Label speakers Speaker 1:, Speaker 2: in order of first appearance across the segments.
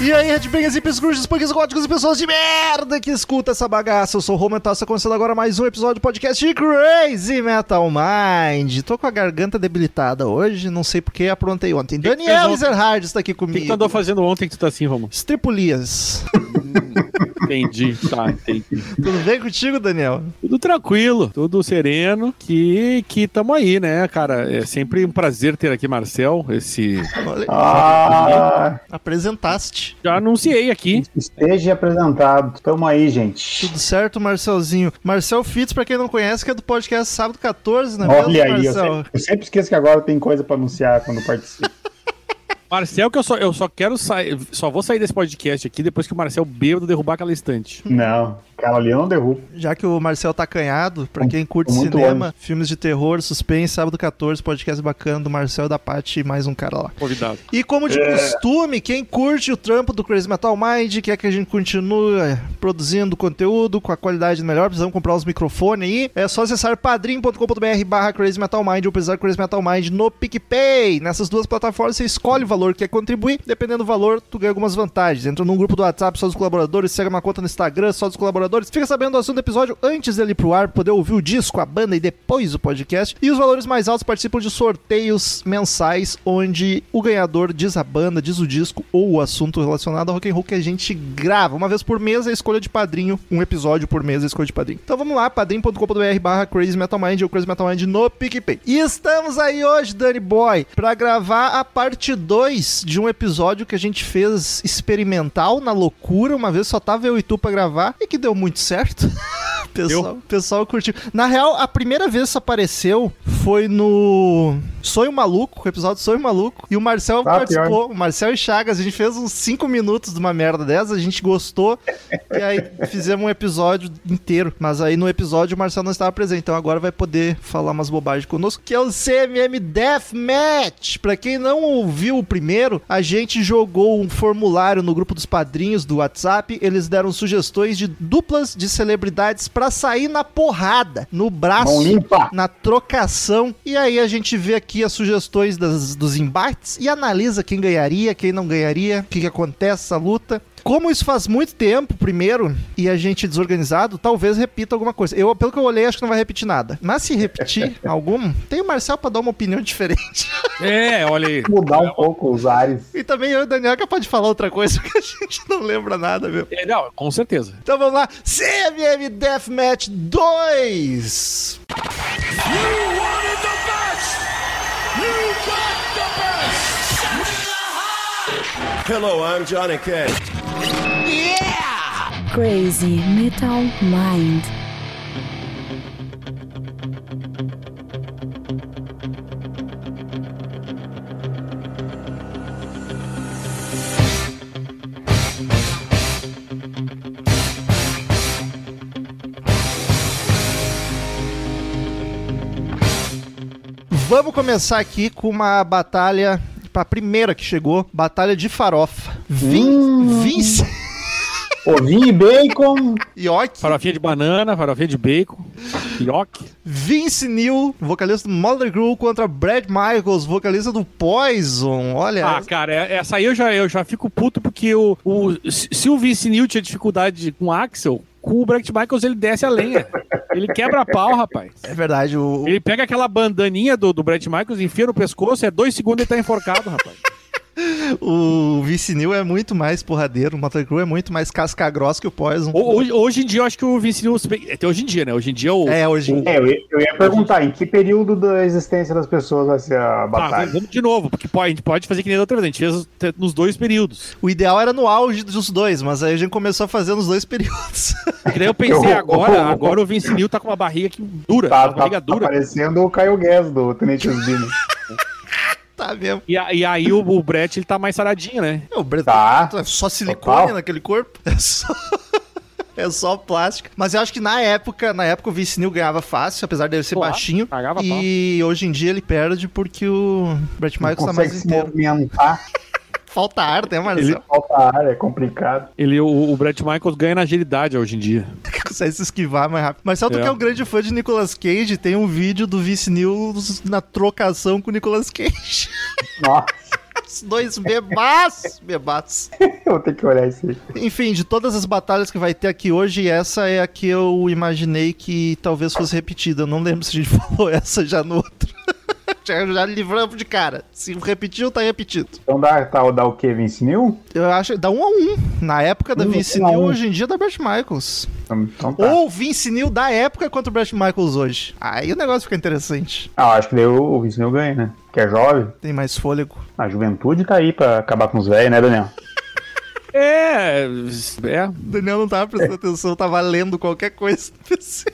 Speaker 1: E aí, Redbangers, hippies, grunges, punks, góticos e pessoas de merda que escuta essa bagaça. Eu sou o Roman Tal, está começando agora mais um episódio do podcast de Crazy Metal Mind. Tô com a garganta debilitada hoje, não sei porque aprontei ontem.
Speaker 2: que
Speaker 1: Daniel
Speaker 2: fez ontem?
Speaker 1: Ezerhard está aqui
Speaker 2: O que,
Speaker 1: comigo.
Speaker 2: que tu andou fazendo ontem que tu tá assim, Romo?
Speaker 1: Estripulias.
Speaker 2: Entendi, tá, entendi.
Speaker 1: Tudo bem contigo, Daniel?
Speaker 2: Tudo tranquilo, tudo sereno, que que tamo aí, né, cara? É sempre um prazer ter aqui Marcel, esse...
Speaker 1: Olha,
Speaker 3: Ah,
Speaker 1: Apresentaste.
Speaker 2: Já anunciei aqui.
Speaker 3: esteja apresentado. Tamo aí, gente.
Speaker 1: Tudo certo, Marcelzinho? Marcel Fitz, pra quem não conhece, que é do podcast Sábado 14, não é
Speaker 3: Olha
Speaker 1: mesmo,
Speaker 3: aí, eu
Speaker 1: Marcel?
Speaker 3: sempre, eu sempre esqueço que agora tem coisa pra anunciar quando participo.
Speaker 2: Marcel, que eu só, eu só quero sair, só vou sair desse podcast aqui depois que o Marcel bêbado derrubar aquela estante.
Speaker 3: não, cara ali eu não derrubo.
Speaker 1: Já que o Marcel tá canhado, pra quem curte
Speaker 3: muito
Speaker 1: cinema, filmes de terror, suspense, sábado 14, podcast bacana do Marcel da Paty e mais um cara lá.
Speaker 2: Convidado.
Speaker 1: E como de costume, quem curte o trampo do Crazy Metal Mind, quer que a gente continue eh, produzindo conteúdo com a qualidade melhor, precisamos comprar uns microfones aí, é só acessar padrim.com.br barra Crazy Metal Mind ou precisar Crazy Metal Mind no PicPay. Nessas duas plataformas você escolhe o valor que quer contribuir, dependendo do valor, tu ganha algumas vantagens. Entra num grupo do WhatsApp só dos colaboradores, segue uma conta no Instagram só dos colaboradores, fica sabendo do assunto do episódio antes dele ir pro ar, poder ouvir o disco, a banda e depois o podcast. E os valores mais altos participam de sorteios mensais, onde o ganhador diz a banda, diz o disco ou o assunto relacionado ao rock and roll que a gente grava. Uma vez por mês é a escolha de padrinho, um episódio por mês é a escolha de padrinho. Então vamos lá, padrim.com.br barra Crazy Metal Mind ou Crazy Metal Mind no PicPay. E estamos aí hoje, Danny Boy, pra gravar a parte 2 de um episódio que a gente fez experimental, na loucura, uma vez só tava eu e tu pra gravar, e que deu muito certo. O pessoal, o pessoal curtiu. Na real, a primeira vez que isso apareceu foi no Sonho Maluco, o episódio Sonho Maluco. E o Marcel
Speaker 3: Ah,
Speaker 1: participou. O Marcel e Chagas, a gente fez uns 5 minutos de uma merda dessa, a gente gostou. e aí fizemos um episódio inteiro. Mas aí no episódio o Marcel não estava presente. Então agora vai poder falar umas bobagens conosco, que é o CMM Deathmatch. Pra quem não ouviu o primeiro, a gente jogou um formulário no grupo dos padrinhos do WhatsApp. Eles deram sugestões de duplas de celebridades pra sair na porrada, no braço
Speaker 3: Mão limpa.
Speaker 1: na trocação. E aí a gente vê aqui as sugestões das- dos embates e analisa quem ganharia, quem não ganharia, o que, que acontece essa luta. Como isso faz muito tempo, primeiro, e a gente é desorganizado, talvez repita alguma coisa. Eu, pelo que eu olhei, acho que não vai repetir nada. Mas se repetir algum, tem o Marcel pra dar uma opinião diferente.
Speaker 2: É, olha aí.
Speaker 3: Mudar um pouco os ares.
Speaker 1: E também eu e o Daniel é capaz de falar outra coisa que a gente não lembra nada, meu.
Speaker 2: É, não, com certeza.
Speaker 1: Então vamos lá, CMM Deathmatch 2!
Speaker 4: Hello, I'm Johnny Cash.
Speaker 5: Crazy Metal Mind.
Speaker 1: Vamos começar aqui com uma batalha, pra primeira que chegou, batalha de farofa. Vin, Vince
Speaker 3: Ovinho e bacon.
Speaker 1: York,
Speaker 2: Farofinha de banana, farofinha de bacon, nhoque.
Speaker 1: Vince Neil, vocalista do Mother Crew, contra Brad Michaels, vocalista do Poison. Olha,
Speaker 2: Ah, cara, é- essa aí eu já, eu já fico puto porque o, o, se se o Vince Neil tinha dificuldade com o Axel, com o Brett Michaels ele desce a lenha. Ele quebra a pau, rapaz.
Speaker 1: é verdade, o,
Speaker 2: Ele pega aquela bandaninha do, do Brett Michaels, enfia no pescoço, é dois segundos ele tá enforcado, rapaz.
Speaker 1: o Vince Neil é muito mais porradeiro, o Mother Crew é muito mais casca grossa que o Poison.
Speaker 2: Ho- Hoje, hoje em dia eu acho que o Vince Neil. se bem- Até hoje em dia, né? Hoje em dia o.
Speaker 1: É, hoje.
Speaker 3: É, eu, ia- eu ia perguntar em que período da existência das pessoas vai ser
Speaker 1: Ah,
Speaker 3: a
Speaker 2: Tá,
Speaker 3: batalha.
Speaker 2: vamos de novo, porque pode, a gente pode fazer que nem da outra vez. A gente fez te- nos dois períodos.
Speaker 1: O ideal era no auge dos dois, mas aí a gente começou a fazer nos dois períodos.
Speaker 2: Que daí eu pensei,
Speaker 3: Eu-
Speaker 2: agora, agora o Vince Neil tá com uma barriga que dura,
Speaker 3: Tá,
Speaker 2: uma
Speaker 3: tá,
Speaker 2: barriga
Speaker 3: tá
Speaker 2: dura.
Speaker 3: parecendo o Caio Guedes do Tenente Osbino.
Speaker 1: tá mesmo.
Speaker 2: E, a- e aí o, o Brett ele tá mais saradinho, né?
Speaker 1: É, O Brad
Speaker 3: Tá.
Speaker 1: é só silicone
Speaker 3: Total.
Speaker 1: naquele corpo. É só... é só plástico. Mas eu acho que na época, na época o Vince Neil ganhava fácil, apesar dele ser
Speaker 2: Claro,
Speaker 1: baixinho.
Speaker 2: cagava
Speaker 1: E hoje em dia ele perde porque o Brett Michaels tá
Speaker 3: Consegue
Speaker 1: mais
Speaker 3: se
Speaker 1: inteiro.
Speaker 3: movimentar.
Speaker 1: Falta ar, né, Marcelo?
Speaker 3: Ele falta a área, é complicado.
Speaker 2: Ele, o, o Brett Michaels ganha na agilidade hoje em dia.
Speaker 1: Consegue se esquivar mais rápido. Marcelo, tu
Speaker 2: É.
Speaker 1: que é um grande fã de Nicolas Cage, tem um vídeo do Vince Neil na trocação com o Nicolas Cage.
Speaker 3: Nossa.
Speaker 1: Bebaço, dois bebaços, bebaços.
Speaker 3: Eu vou ter que olhar isso aí.
Speaker 1: Enfim, de todas as batalhas que vai ter aqui hoje, essa é a que eu imaginei que talvez fosse repetida. Eu não lembro se a gente falou essa já no outro. já, já livramos de cara. Se repetiu, tá repetido.
Speaker 3: Então dá, tá, dá o quê? 20 mil?
Speaker 1: Eu acho dá um a um. Na época da
Speaker 3: Hum,
Speaker 1: Vince
Speaker 3: um a
Speaker 1: Neil,
Speaker 3: um.
Speaker 1: hoje em dia é da Bret Michaels.
Speaker 3: Então, então tá.
Speaker 1: Ou Vince Neil da época contra o Bret Michaels hoje. Aí o negócio fica interessante.
Speaker 3: Ah, acho que daí o, o 20 mil ganha, né? Porque é jovem.
Speaker 1: Tem mais fôlego.
Speaker 3: A juventude tá aí pra acabar com os velhos, né, Daniel?
Speaker 2: É, é.
Speaker 1: O Daniel não tava prestando atenção, tava lendo qualquer coisa no PC.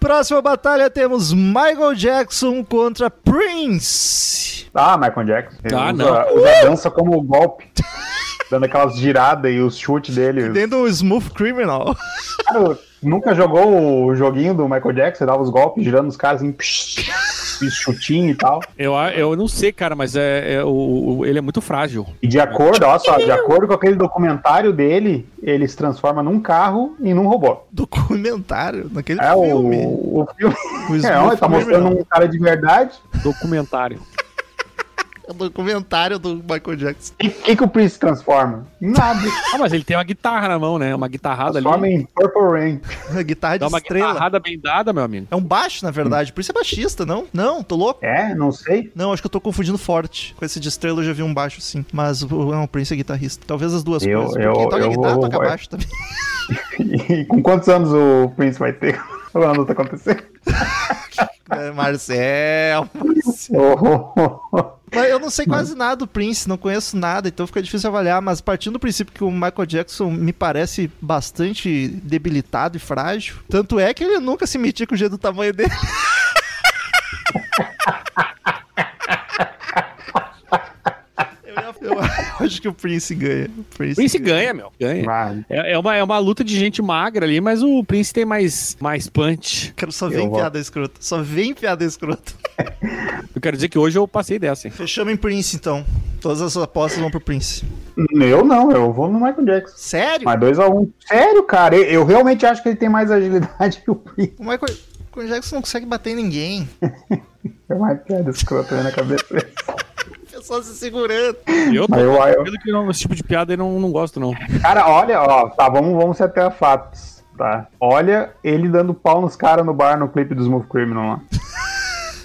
Speaker 1: Próxima batalha temos Michael Jackson contra Prince.
Speaker 3: Ah, Michael Jackson. Ele
Speaker 2: Ah,
Speaker 3: usa,
Speaker 2: não.
Speaker 3: usa a dança como golpe. Dando aquelas giradas e os chutes dele.
Speaker 1: Dentro do Smooth Criminal.
Speaker 3: Cara, nunca jogou o joguinho do Michael Jackson? Ele dava os golpes, girando os caras assim, psh, e chutinho e tal.
Speaker 2: Eu, a- eu não sei, cara, mas é, é o, o- ele é muito frágil.
Speaker 3: E de acordo, olha só, de acordo com aquele documentário dele, ele se transforma num carro e num robô.
Speaker 1: Documentário, naquele
Speaker 3: É
Speaker 1: filme.
Speaker 3: o, o filme.
Speaker 1: O
Speaker 3: É, olha, tá mostrando um cara de verdade.
Speaker 2: Documentário.
Speaker 1: um documentário do Michael Jackson.
Speaker 3: E o que, que o Prince transforma? Nada.
Speaker 2: Ah, mas ele tem uma guitarra na mão, né? Uma guitarrada
Speaker 3: Transforma
Speaker 2: ali.
Speaker 3: em Purple Rain.
Speaker 1: A É guitarra de
Speaker 2: Dá É uma
Speaker 1: estrela.
Speaker 2: guitarrada bem dada, meu amigo.
Speaker 1: É um baixo, na verdade. Por isso é baixista, não? Não, tô louco.
Speaker 3: É, não sei.
Speaker 1: Não, acho que eu tô confundindo forte. Com esse de estrela eu já vi um baixo, sim. Mas o, não, o Prince é guitarrista. Talvez as duas
Speaker 3: Eu-
Speaker 1: coisas.
Speaker 3: eu-
Speaker 1: Porque toca
Speaker 3: eu
Speaker 1: guitarra,
Speaker 3: vou-
Speaker 1: toca
Speaker 3: vai.
Speaker 1: baixo também.
Speaker 3: E com quantos anos o Prince vai ter quando a luta acontecer?
Speaker 1: É, Marcel.
Speaker 3: Oh, oh, oh.
Speaker 1: Mas eu não sei quase nada do Prince, não conheço nada, então fica difícil avaliar. Mas partindo do princípio que o Michael Jackson me parece bastante debilitado e frágil, tanto é que ele nunca se metia com o jeito do tamanho dele. Eu, ia- eu acho que o Prince ganha. O
Speaker 2: O Prince ganha, meu. Ganha.
Speaker 3: Vai.
Speaker 2: É, é uma, é uma luta de gente magra ali, mas o Prince tem mais, mais punch.
Speaker 1: Cara, só vem
Speaker 3: Eu vou-
Speaker 1: piada escrota. Só vem piada escrota.
Speaker 2: Eu quero dizer que hoje eu passei dessa, hein?
Speaker 1: Fechamos em Prince, então. Todas as apostas vão pro Prince.
Speaker 3: Eu não, eu vou no Michael Jackson.
Speaker 1: Sério?
Speaker 3: Mas 2x1. Um. Sério, cara, eu, eu realmente acho que ele tem mais agilidade que o Prince.
Speaker 1: O Michael Michael Jackson não consegue bater em ninguém.
Speaker 3: É uma piada escrota na cabeça.
Speaker 1: Pessoal É se segurando.
Speaker 2: Eu tô
Speaker 3: Mas eu, eu,
Speaker 2: vendo que não- esse tipo de piada eu não, não gosto, não.
Speaker 3: Cara, olha, ó, tá, vamos, vamos ser até a fatos, tá? Olha ele dando pau nos caras no bar no clipe do Smooth Criminal lá.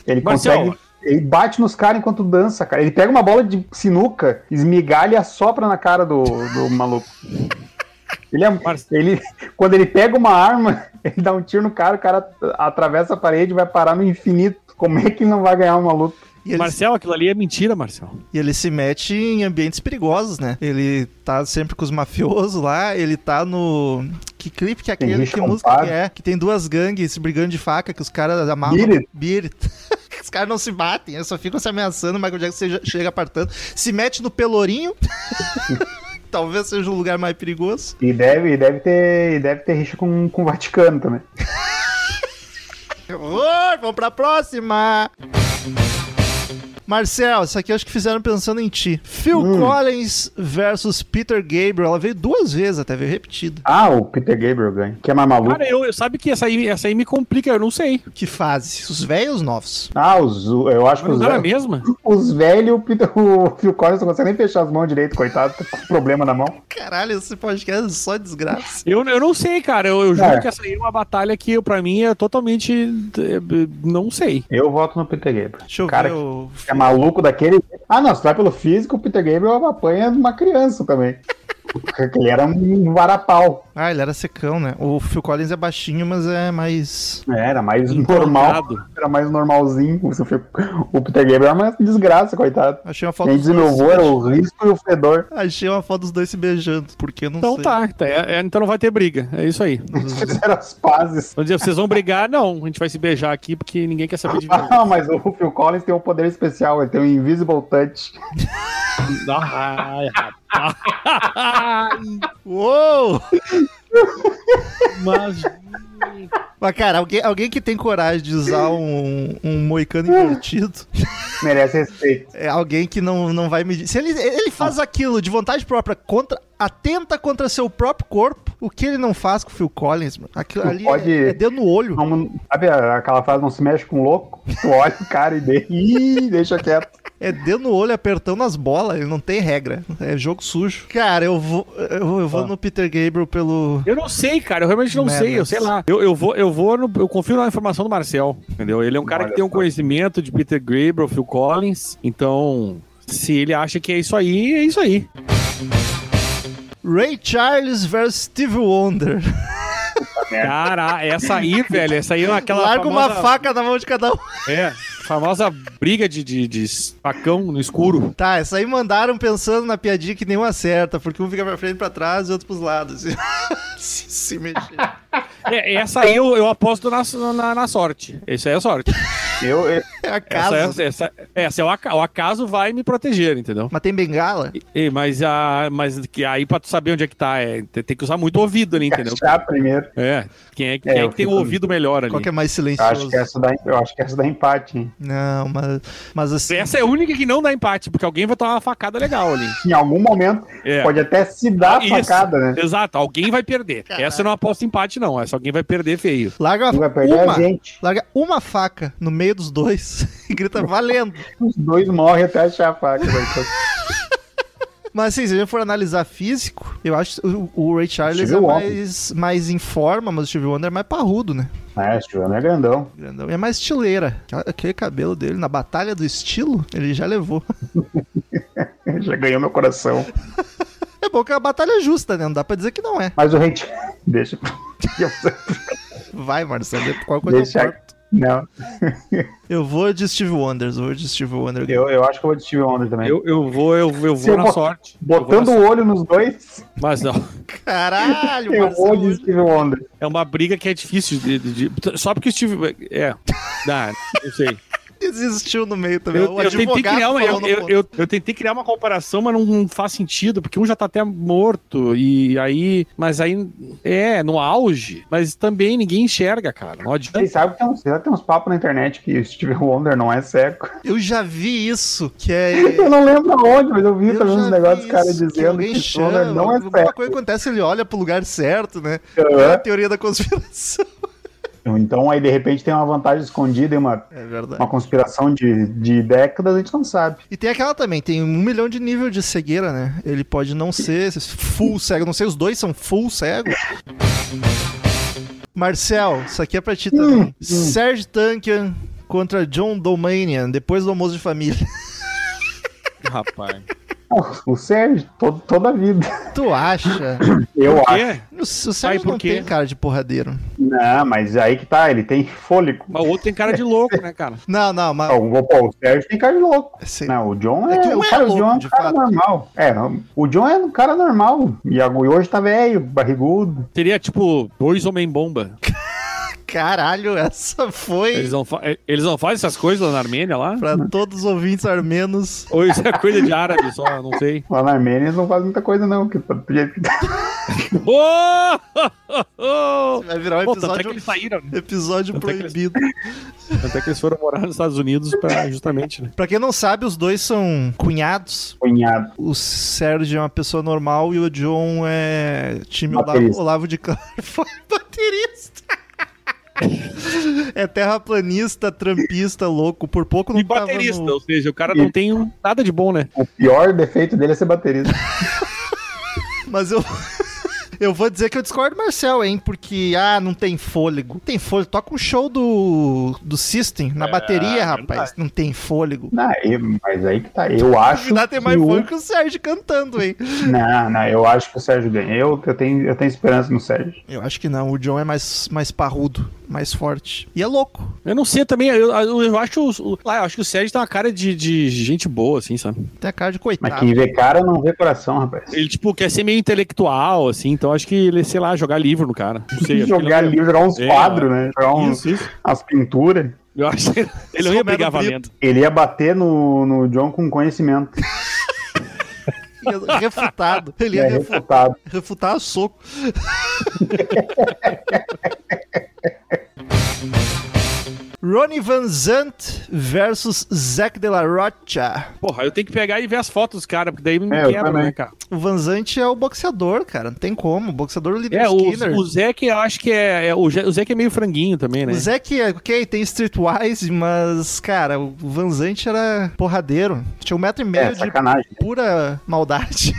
Speaker 3: Ele
Speaker 2: Marcel.
Speaker 3: consegue. Ele bate nos caras enquanto dança, cara. Ele pega uma bola de sinuca, esmigalha e assopra na cara do, do maluco. Ele é.
Speaker 2: Marcel.
Speaker 3: Ele, quando ele pega uma arma, ele dá um tiro no cara, o cara atravessa a parede e vai parar no infinito. Como é que ele não vai ganhar uma luta?
Speaker 1: E ele,
Speaker 2: Marcel, aquilo ali é mentira, Marcel.
Speaker 1: e ele se mete em ambientes perigosos, né? Ele tá sempre com os mafiosos lá, ele tá no. Que clipe que é
Speaker 3: Tem
Speaker 1: aquele? Que
Speaker 3: Richard
Speaker 1: música que
Speaker 3: Amparo.
Speaker 1: é? Que tem duas gangues se brigando de faca, que os caras amarram.
Speaker 3: Beat It.
Speaker 1: Beat It. Os caras não se batem, eles só ficam se ameaçando. O Michael Jackson seja- chega apartando, se mete no pelourinho. Talvez seja o lugar mais perigoso.
Speaker 3: E deve, e deve ter. E deve ter rixa com, com o Vaticano também.
Speaker 1: Que horror! Vamos pra próxima! Marcel, isso aqui eu acho que fizeram pensando em ti. Phil
Speaker 3: Hum.
Speaker 1: Collins versus Peter Gabriel. Ela veio duas vezes, até veio repetida.
Speaker 3: Ah, o Peter Gabriel ganha. Que é mais maluco.
Speaker 2: Cara, eu, eu- sabe que essa aí, essa aí me complica, eu não sei.
Speaker 1: Que fase? Os velhos novos.
Speaker 3: Ah, os, eu acho que
Speaker 2: Mas
Speaker 3: os,
Speaker 2: não era a
Speaker 3: velhos,
Speaker 2: mesma?
Speaker 3: os velhos, o Peter- o Phil Collins não consegue nem fechar as mãos direito, coitado, tá com problema na mão.
Speaker 1: Caralho, esse podcast é só desgraça.
Speaker 2: Eu, eu não sei, cara. Eu, eu juro
Speaker 3: É.
Speaker 2: que essa aí é uma batalha que eu, pra mim é totalmente. eh, Não sei.
Speaker 3: Eu voto no Peter Gabriel.
Speaker 1: Deixa eu
Speaker 3: cara,
Speaker 1: ver o...
Speaker 3: que é maluco daquele. Ah, não, se vai pelo físico, o Peter Gabriel apanha de uma criança também. Porque ele era um varapau.
Speaker 1: Ah, ele era secão, né? O Phil Collins é baixinho, mas é mais...
Speaker 3: É, Era mais
Speaker 2: Então,
Speaker 3: normal.
Speaker 2: Encontrado.
Speaker 3: Era mais normalzinho. O Phil- O Peter Gabriel é uma desgraça, coitado.
Speaker 1: Achei uma foto
Speaker 3: Quem
Speaker 1: dos
Speaker 3: diz meu
Speaker 1: dois...
Speaker 3: avô era o risco e o fedor.
Speaker 1: Achei uma foto dos dois se beijando, porque eu não
Speaker 2: Então
Speaker 1: sei. Uhum.
Speaker 2: tá, tá, é- é, então não vai ter briga. É isso aí.
Speaker 3: Fizeram as pazes.
Speaker 2: Vamos dizer, vocês vão brigar? Não, a gente vai se beijar aqui porque ninguém quer saber de violência.
Speaker 3: Ah, mas o Phil Collins tem um poder especial, ele tem um Invisible Touch.
Speaker 2: Ai, rapaz.
Speaker 1: Uou!
Speaker 2: Mas.
Speaker 1: Mas, cara, alguém, alguém que tem coragem de usar um, um moicano invertido
Speaker 3: Merece respeito.
Speaker 1: É alguém que não, não vai medir. Se ele, ele faz aquilo de vontade própria, contra, atenta contra seu próprio corpo, o que ele não faz com o Phil Collins, mano? Aquilo
Speaker 3: Tu
Speaker 1: ali
Speaker 3: pode-
Speaker 1: é, é dedo no olho.
Speaker 3: Não- sabe aquela frase, não se mexe com louco? Tu olha o cara e, de... Ih, deixa quieto.
Speaker 1: É dedo no olho apertando as bolas, ele não tem regra. É jogo sujo. Ah. Cara, eu vou, eu vou, eu vou no Peter Gabriel pelo.
Speaker 2: Eu não sei, cara. Eu realmente não
Speaker 1: Merda.
Speaker 2: sei. Eu sei lá. Eu, eu vou, eu vou no- eu confio na informação do Marcel, entendeu? Ele é um cara
Speaker 3: Olha
Speaker 2: que tem um
Speaker 3: só.
Speaker 2: conhecimento de Peter Gabriel, Phil Collins. Então, se ele acha que é isso aí, é isso aí.
Speaker 1: Ray Charles versus Steve Wonder.
Speaker 2: Cara, essa aí, velho, essa aí é aquela
Speaker 1: Larga
Speaker 2: famosa,
Speaker 1: uma faca na mão de cada um.
Speaker 2: É, famosa briga de, de, de facão no escuro.
Speaker 1: Tá, essa aí mandaram pensando na piadinha que nenhum acerta, porque um fica pra frente e pra trás e outro pros lados. se, se mexer.
Speaker 2: É, essa aí eu, eu aposto na, na, na sorte. Isso aí é sorte.
Speaker 3: Eu, eu-
Speaker 1: É acaso.
Speaker 2: Essa, essa, essa é o aca- o acaso vai me proteger, entendeu?
Speaker 1: Mas tem bengala?
Speaker 2: Ei, mas, a, mas que aí pra tu saber onde é que tá, é, te- tem que usar muito ouvido ali, entendeu?
Speaker 3: achar primeiro.
Speaker 2: É, quem é, que-
Speaker 3: É,
Speaker 2: quem é
Speaker 3: eu
Speaker 2: que tem o
Speaker 3: fico-
Speaker 2: ouvido melhor ali?
Speaker 1: Qual que é mais
Speaker 3: Eu acho
Speaker 1: silencioso?
Speaker 3: que assim. essa dá, eu acho que essa dá empate, hein?
Speaker 1: Não, mas, mas assim.
Speaker 2: Essa é a única que não dá empate, porque alguém vai tomar uma facada legal ali.
Speaker 3: Em algum momento
Speaker 2: É.
Speaker 3: pode até se dar a
Speaker 2: Isso.
Speaker 3: facada, né?
Speaker 2: Exato, alguém vai perder. Essa eu não aposto empate, não. Essa alguém vai perder feio.
Speaker 1: Larga
Speaker 3: Quem vai perder é
Speaker 1: uma,
Speaker 3: a gente.
Speaker 1: larga uma faca no meio dos dois e grita valendo.
Speaker 3: Os dois morrem até achar a faca. Né?
Speaker 1: Mas assim, se a gente for analisar físico, eu acho que o, o Ray Charles
Speaker 3: Steve
Speaker 1: é
Speaker 3: Wonder.
Speaker 1: mais, mais em forma, mas o Steve Wonder é mais parrudo, né?
Speaker 3: É, o Giovanni é grandão.
Speaker 1: Grandão. E é mais estileira. Aquela- Aquele cabelo dele na batalha do estilo, ele já levou.
Speaker 3: Já ganhou meu coração.
Speaker 1: É bom que é uma batalha justa, né? Não dá pra dizer que não é.
Speaker 3: Mas o rei. Deixa.
Speaker 1: Vai, Marcelo, qual coisa eu
Speaker 3: Deixa.
Speaker 1: corto.
Speaker 3: Não,
Speaker 1: Eu vou de Steve Wonder, eu vou de Steve Wonder.
Speaker 3: eu, eu acho que eu vou de Steve Wonder
Speaker 1: Né?
Speaker 3: também.
Speaker 2: Eu, eu vou, eu, eu
Speaker 3: Se
Speaker 2: vou
Speaker 3: eu
Speaker 2: na
Speaker 3: bot-
Speaker 2: sorte. Eu vou na
Speaker 3: Botando
Speaker 2: sorte.
Speaker 3: o olho nos dois,
Speaker 2: Mas não.
Speaker 1: Caralho,
Speaker 3: eu vou de
Speaker 1: Marcelo.
Speaker 3: Steve Wonder.
Speaker 2: É uma briga que é difícil de. de- de- só porque o Steve. É. Não, não sei.
Speaker 1: Desistiu no meio também.
Speaker 2: Eu,
Speaker 1: O
Speaker 2: eu tentei
Speaker 1: advogado
Speaker 2: criar uma,
Speaker 1: falou
Speaker 2: eu,
Speaker 1: no
Speaker 2: eu,
Speaker 1: ponto.
Speaker 2: eu- eu tentei criar uma comparação, mas não, não faz sentido, porque um já tá até morto, e aí. Mas aí. É, no auge. Mas também ninguém enxerga, cara. Não adianta.
Speaker 3: Vocês sabem que tem uns, tem uns papos na internet que o Steve Wonder não é cego.
Speaker 1: Eu já vi isso, que é.
Speaker 3: Eu não lembro aonde, mas eu vi
Speaker 1: Eu
Speaker 3: também
Speaker 1: já
Speaker 3: uns
Speaker 1: vi
Speaker 3: negócios dos caras
Speaker 1: isso, que
Speaker 3: dizendo
Speaker 1: alguém
Speaker 3: que o Steve Wonder
Speaker 1: chama,
Speaker 3: não é
Speaker 1: alguma
Speaker 3: cego.
Speaker 1: coisa acontece, ele olha pro lugar certo, né? É a
Speaker 3: Aham.
Speaker 1: teoria da conspiração.
Speaker 3: Então aí de repente tem uma vantagem escondida e uma,
Speaker 1: É verdade.
Speaker 3: uma conspiração de, de décadas, a gente não sabe.
Speaker 1: E tem aquela também, tem um milhão de nível de cegueira, né? Ele pode não ser full cego, não sei, os dois são full cego. Marcel, isso aqui é pra
Speaker 3: Hum,
Speaker 1: ti também. Serge Tankian contra John Domanian, depois do almoço de família.
Speaker 2: Rapaz.
Speaker 3: O Sérgio, todo, toda a vida.
Speaker 1: Tu acha?
Speaker 3: Eu acho.
Speaker 2: É,
Speaker 1: O
Speaker 2: Ai,
Speaker 1: Sérgio
Speaker 2: por
Speaker 1: não
Speaker 2: quê?
Speaker 1: tem cara de porradeiro.
Speaker 3: Não, mas aí que tá, ele tem fôlego.
Speaker 2: mas o outro tem cara de louco, né, cara?
Speaker 1: Não, não, mas...
Speaker 3: Não, pô, o Sérgio tem cara de louco.
Speaker 1: Sei-
Speaker 3: Não, o John é,
Speaker 1: É que um
Speaker 3: o
Speaker 1: é
Speaker 3: cara, o
Speaker 1: louco,
Speaker 3: John é um
Speaker 1: de
Speaker 3: cara
Speaker 1: fato.
Speaker 3: normal. É, o John é um cara normal. E a- e hoje tá velho, barrigudo.
Speaker 2: Teria, tipo, dois homem-bomba.
Speaker 1: Caralho, essa foi
Speaker 2: Eles, não fa- eles não fazem essas coisas lá na Armênia lá?
Speaker 1: pra todos os ouvintes armenos.
Speaker 2: Ou isso é coisa de árabe só, não sei.
Speaker 3: Lá na Armênia eles não fazem muita coisa, não. Que, do jeito que tá.
Speaker 2: Oh!
Speaker 1: Vai virar um
Speaker 2: Pô, tanto é que
Speaker 1: episódio,
Speaker 2: eles saíram. né?
Speaker 1: episódio
Speaker 2: Tanto é que eles-
Speaker 1: proibido.
Speaker 2: Tanto é que eles foram morar nos Estados Unidos pra justamente, né?
Speaker 1: Pra quem não sabe, os dois são cunhados.
Speaker 3: Cunhado.
Speaker 1: O Sérgio é uma pessoa normal e o John é time Olavo,
Speaker 3: Baterista.
Speaker 1: Olavo de Carvalho. Baterista. É terraplanista, trampista, louco. Por pouco não
Speaker 2: E baterista,
Speaker 1: tava no...
Speaker 2: ou seja, o cara não tem um- nada de bom, né?
Speaker 3: O pior defeito dele é ser baterista.
Speaker 1: Mas eu... Eu vou dizer que eu discordo do Marcel, hein? Porque, ah, não tem fôlego. Não Tem fôlego. Toca um show do, do System
Speaker 3: É,
Speaker 1: na bateria, rapaz. Não tem fôlego.
Speaker 3: Não, eu- mas aí que tá. Eu acho.
Speaker 1: Dá tem mais
Speaker 3: que o-
Speaker 1: fôlego que o Sérgio cantando, hein?
Speaker 3: Não, não, eu acho que o Sérgio ganha. Eu, eu, tenho, eu tenho esperança no Sérgio.
Speaker 1: Eu acho que não. O John é mais, mais parrudo, mais forte. E é louco.
Speaker 2: Eu não sei também, eu, eu, eu acho os- o, lá, eu acho que o Sérgio tem uma cara de, de gente boa, assim, sabe?
Speaker 1: Tem a cara de
Speaker 3: Mas
Speaker 2: Tá.
Speaker 1: coitado.
Speaker 3: quem vê cara não vê coração, rapaz.
Speaker 2: Ele, tipo, quer ser meio intelectual, assim, então acho que ele, sei lá, jogar livro no cara. Não sei, acho que
Speaker 3: jogar
Speaker 2: ele não-
Speaker 3: livro, jogar uns
Speaker 2: É,
Speaker 3: quadros, né? Jogar uns,
Speaker 2: Isso, isso.
Speaker 3: as pinturas.
Speaker 2: Eu acho que ele- ele não ia
Speaker 1: Romero
Speaker 2: brigar
Speaker 1: Brito.
Speaker 2: valendo.
Speaker 3: Ele ia bater no, no John com conhecimento.
Speaker 1: Ia- refutado. Ele
Speaker 3: Ele
Speaker 1: ia
Speaker 3: é
Speaker 1: refu-
Speaker 3: refutado.
Speaker 1: refutar a soco. Ronnie Van Zant versus Zack de la Rocha.
Speaker 2: Porra, eu tenho que pegar e ver as fotos dos caras, porque daí me
Speaker 3: É, eu
Speaker 2: quebra,
Speaker 3: também.
Speaker 2: né, cara?
Speaker 1: O Van Zant é o boxeador, cara. Não tem como. O boxeador o líder
Speaker 2: É, o,
Speaker 1: Skinner.
Speaker 2: o Zeke, eu acho que é. é- o Ze- o Zeke é meio franguinho também, né?
Speaker 1: O Zack, é, ok, tem Streetwise, mas, cara, o Van Zant era porradeiro. Tinha um metro e meio
Speaker 3: É,
Speaker 1: de
Speaker 3: sacanagem.
Speaker 1: pura maldade.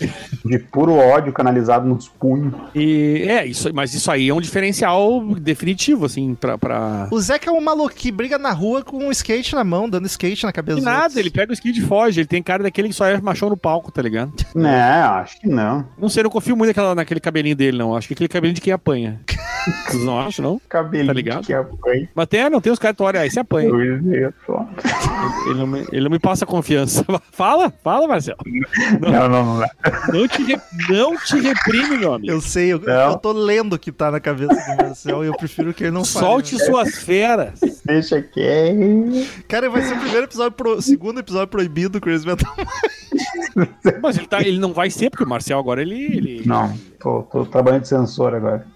Speaker 3: De puro ódio canalizado nos punhos.
Speaker 2: E, é, isso, mas isso aí é um diferencial definitivo, assim, pra. pra...
Speaker 1: O Zack é um maluco que briga na rua com um skate na mão, dando skate na cabeça
Speaker 2: E
Speaker 1: dos
Speaker 2: nada,
Speaker 1: outros.
Speaker 2: ele pega o skid e foge. Ele tem cara daquele que só é machão no palco, tá ligado?
Speaker 3: Não, acho que não.
Speaker 2: Não sei, não confio muito naquela, naquele cabelinho dele, não. Acho que aquele cabelinho de quem apanha. Vocês não acham, não?
Speaker 3: Cabelinho
Speaker 2: Tá ligado?
Speaker 3: que apanha.
Speaker 2: Mas até não tem os caras que tu olha, ah, esse apanha.
Speaker 3: Meu Deus, só.
Speaker 2: Ele não, me, ele não me passa confiança. Fala, fala, Marcelo.
Speaker 3: Não, não, não. dá.
Speaker 2: Não te, re- não te reprime, meu amigo.
Speaker 1: Eu sei, eu,
Speaker 3: Não.
Speaker 1: eu tô lendo o que tá na cabeça do Marcel e eu prefiro que ele não fale.
Speaker 2: Solte suas feras.
Speaker 3: Deixa quieto.
Speaker 1: Cara, vai ser o primeiro episódio, pro- segundo episódio proibido do Crazy Metal.
Speaker 2: Mas ele, tá, ele não vai ser, porque o Marcel agora ele. ele-
Speaker 3: Não, tô, tô trabalhando de sensor agora.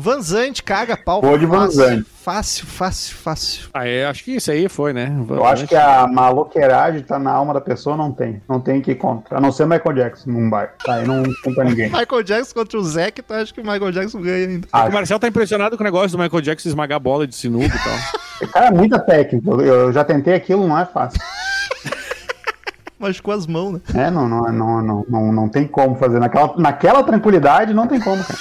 Speaker 1: Van Zant, caga pau.
Speaker 3: Vou de Van
Speaker 1: Fácil,
Speaker 3: Zandt.
Speaker 1: Fácil, fácil, fácil.
Speaker 2: Ah, é, acho que isso aí foi, né?
Speaker 3: Eu acho que a maloqueiragem tá na alma da pessoa, não tem. Não tem que ir contra. A não ser Michael Jackson num bar. Tá, aí não conta ninguém.
Speaker 1: Michael Jackson contra o Zack, então acho que o Michael Jackson ganha ainda.
Speaker 2: O
Speaker 3: Acho.
Speaker 2: Marcel tá impressionado com o negócio do Michael Jackson esmagar a bola de sinuca e tal.
Speaker 3: Cara, é muita técnica. Eu, eu já tentei aquilo, não é fácil.
Speaker 1: Machucou as mãos, né?
Speaker 3: É, não, não, não, não, não, não tem como fazer. Naquela, naquela tranquilidade, não tem como, cara.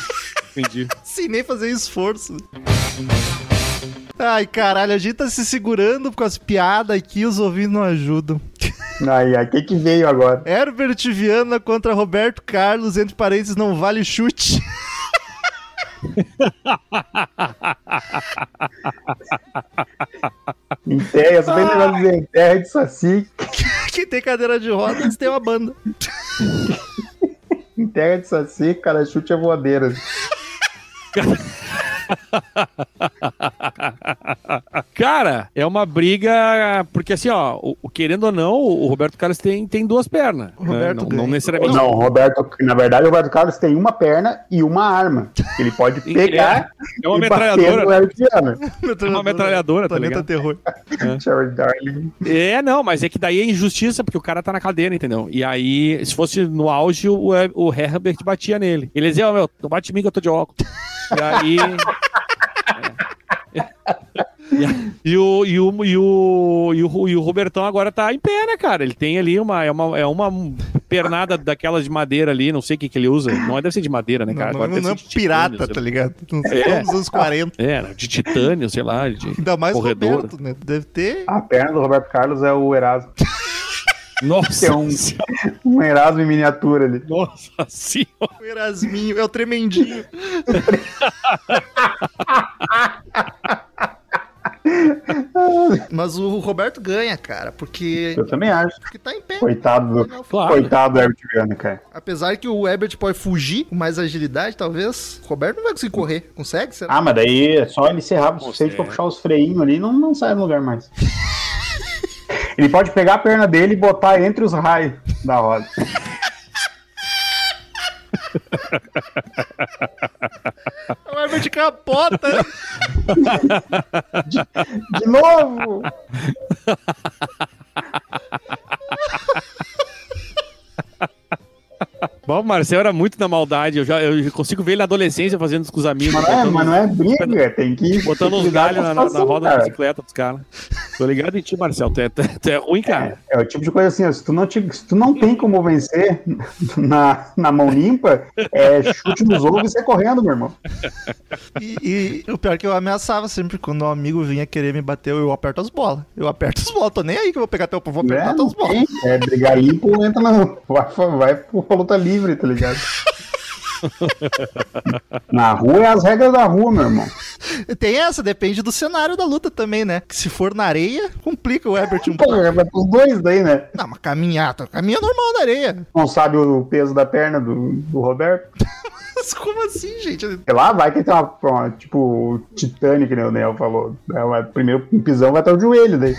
Speaker 2: Entendi.
Speaker 1: Sem nem fazer esforço. Ai, caralho, a gente tá se segurando com as piadas aqui, os ouvintes não ajudam.
Speaker 3: Aí, aí, que que veio agora?
Speaker 1: Herbert Viana contra Roberto Carlos, entre parênteses, não vale chute.
Speaker 3: Em terra, só tem um negócio de dizer em terra de saci,
Speaker 1: Quem tem cadeira de rodas tem uma banda.
Speaker 3: em terra de saci, cara, chute é voadeira.
Speaker 2: Cara, é uma briga. Porque assim, ó, o, o- querendo ou não, o Roberto Carlos tem, tem duas pernas. né?
Speaker 1: Roberto
Speaker 2: não,
Speaker 1: ganha.
Speaker 2: não necessariamente.
Speaker 3: Não, o Roberto, na verdade, o Roberto Carlos tem uma perna e uma arma. Ele pode pegar
Speaker 2: É uma
Speaker 3: e bater
Speaker 2: metralhadora.
Speaker 3: no né?
Speaker 2: né?
Speaker 3: Eric Diana.
Speaker 2: uma metralhadora, tá
Speaker 1: Planeta
Speaker 2: ligado?
Speaker 1: Terror.
Speaker 3: Charlie Darling.
Speaker 2: É, não, mas é que daí é injustiça, porque o cara tá na cadeira, entendeu? E aí, se fosse no auge, o, é, o Herbert batia nele. Ele dizia, ó, meu, não bate em mim que eu tô de óculos. E aí. É. E, o, e, o, e, o, e, o, e o Robertão agora tá em pé, né, cara? Ele tem ali uma. É uma, é uma pernada daquelas de madeira ali, não sei o que, que ele usa. Não deve ser de madeira, né, cara?
Speaker 1: Não,
Speaker 2: Agora
Speaker 1: não,
Speaker 2: deve
Speaker 1: não é
Speaker 2: ser de
Speaker 1: pirata,
Speaker 2: titânio,
Speaker 1: tá
Speaker 2: sei lá.
Speaker 1: ligado? Não sei,
Speaker 2: né? É.
Speaker 1: nos anos 40.
Speaker 2: É, de titânio, sei lá. De...
Speaker 1: Ainda mais o
Speaker 2: Corredor.
Speaker 1: Roberto, né? Deve ter.
Speaker 3: A perna do Roberto Carlos é o Erasmo.
Speaker 2: Nossa,
Speaker 3: É um- Um Erasmo em miniatura ali.
Speaker 2: nossa senhora.
Speaker 1: O Erasminho, é o tremendinho. Mas o Roberto ganha, cara, porque,
Speaker 3: Eu também acho.
Speaker 1: porque tá em pé.
Speaker 3: Coitado do,
Speaker 2: Claro.
Speaker 3: coitado do Eric Diana, cara.
Speaker 1: Apesar que o Ebert pode fugir com mais agilidade, talvez. O Roberto não vai conseguir correr. Consegue? Será?
Speaker 3: Ah, mas daí é só ele serrar o suficiente
Speaker 2: é.
Speaker 3: pra puxar os freinhos ali e não, não sai do lugar mais. ele pode pegar a perna dele e botar entre os raios da roda.
Speaker 1: É O Ebert capota.
Speaker 3: De novo!
Speaker 2: Bom, o Marcel era muito na maldade. Eu já eu já consigo ver ele na adolescência fazendo isso com os amigos.
Speaker 3: Mas não é,
Speaker 2: botando,
Speaker 3: mas não é briga, tem que.
Speaker 2: botando
Speaker 3: tem que
Speaker 2: os
Speaker 3: cuidar
Speaker 2: galhos
Speaker 3: com a
Speaker 2: na, na- na
Speaker 3: situação,
Speaker 2: roda da
Speaker 3: cara.
Speaker 2: bicicleta dos caras. Tô ligado em ti, Marcel. Tu é, tu é- tu é ruim, cara.
Speaker 3: É o tipo de coisa assim, ó, se tu não, te- se tu não tem como vencer na, na mão limpa, é chute nos ovos e sai correndo, meu irmão.
Speaker 1: E, e o pior é que eu ameaçava sempre quando um amigo vinha querer me bater, eu aperto as bolas. Eu aperto as bolas, tô nem aí que eu vou pegar teu pau, vou apertar
Speaker 3: É,
Speaker 1: tuas bolas.
Speaker 3: é brigar limpo, não entra não. Vai, vai pra luta livre, tá ligado? Na rua é as regras da rua, meu irmão.
Speaker 1: Tem essa, depende do cenário da luta também, né? Que se for na areia, complica o Ebert um pouco.
Speaker 3: Porra, vai pros é dois daí, né?
Speaker 1: Não, mas caminhada, caminha normal na areia.
Speaker 3: Não sabe o peso da perna do, do Roberto?
Speaker 1: Mas como assim, gente?
Speaker 3: Sei lá, vai que tem uma, uma- tipo, o Titanic, né? O Daniel falou. É, mas primeiro um pisão vai até o joelho daí.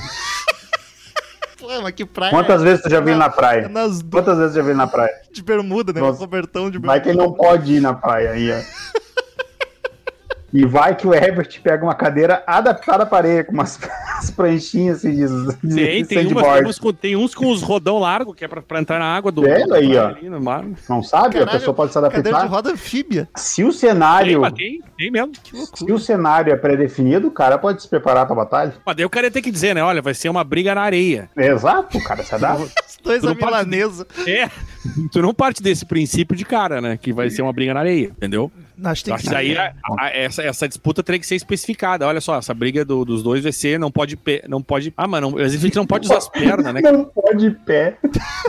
Speaker 1: Pô, mas que praia.
Speaker 3: Quantas vezes tu já veio na
Speaker 1: É
Speaker 3: praia?
Speaker 1: Nas duas
Speaker 3: Quantas vezes tu já veio na praia?
Speaker 1: de bermuda, né?
Speaker 3: Nossa.
Speaker 2: Tipo,
Speaker 1: Robertão de bermuda.
Speaker 3: Vai que ele não pode ir na praia aí, ó. E vai que o Herbert pega uma cadeira adaptada à parede, com umas, umas pranchinhas assim, de, de
Speaker 2: Tem, tem, umas-
Speaker 3: sandboard.
Speaker 2: umas com- tem uns com os rodão largo, que é pra, pra entrar na água do.
Speaker 3: Vendo aí, ó.
Speaker 2: ali no mar.
Speaker 3: Não sabe? a
Speaker 1: Caralho,
Speaker 3: pessoa pode se
Speaker 1: Cadeira de
Speaker 3: adaptar.
Speaker 1: roda anfíbia.
Speaker 3: Se o
Speaker 2: Tem,
Speaker 3: cenário,
Speaker 2: mas tem, tem mesmo.
Speaker 3: se o cenário é pré-definido, o cara pode se preparar pra batalha.
Speaker 2: Mas daí o cara ia ter que dizer, né? Olha, vai ser uma briga na areia.
Speaker 3: Exato, cara, se adapta.
Speaker 1: Os dois
Speaker 2: Tu
Speaker 1: a
Speaker 2: não pode-
Speaker 1: milanesa.
Speaker 2: É. tu não parte desse princípio de cara, né? Que vai ser uma briga na areia, entendeu?
Speaker 1: Acho que tem
Speaker 2: Eu acho
Speaker 1: que
Speaker 2: que daí a- a- essa, essa disputa teria que ser especificada. Olha só, essa briga do- dos dois vai ser, não pode. pe- Não pode ah, mano, às vezes a gente não pode usar as pernas, né?
Speaker 3: Não pode ir pé.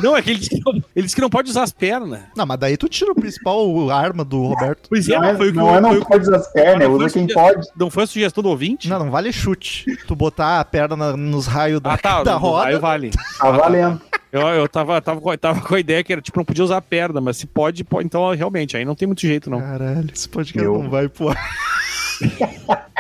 Speaker 2: Não, é que ele disse que não, ele disse que não pode usar as pernas.
Speaker 1: Não, mas daí tu tira o principal arma do Roberto.
Speaker 2: Pois
Speaker 3: Não é,
Speaker 2: foi o que
Speaker 3: não, é
Speaker 2: o-
Speaker 3: não
Speaker 2: foi o-
Speaker 3: pode usar as pernas,
Speaker 2: Não
Speaker 3: usa
Speaker 2: foi
Speaker 3: quem
Speaker 2: suge-
Speaker 3: pode. Tá
Speaker 2: Não foi a sugestão do ouvinte?
Speaker 1: Não, não vale chute. Tu botar a perna na- nos raios da,
Speaker 2: Ah, tá.
Speaker 1: da
Speaker 2: não,
Speaker 1: roda.
Speaker 2: Aí vale.
Speaker 3: Tá valendo.
Speaker 2: Eu, eu tava, tava, com, tava com a ideia que era, tipo, não podia usar a perna, mas se pode, pode então realmente, aí não tem muito jeito,
Speaker 1: É.
Speaker 2: não.
Speaker 1: Caralho, esse podcast
Speaker 3: Meu.
Speaker 1: não vai pro ar.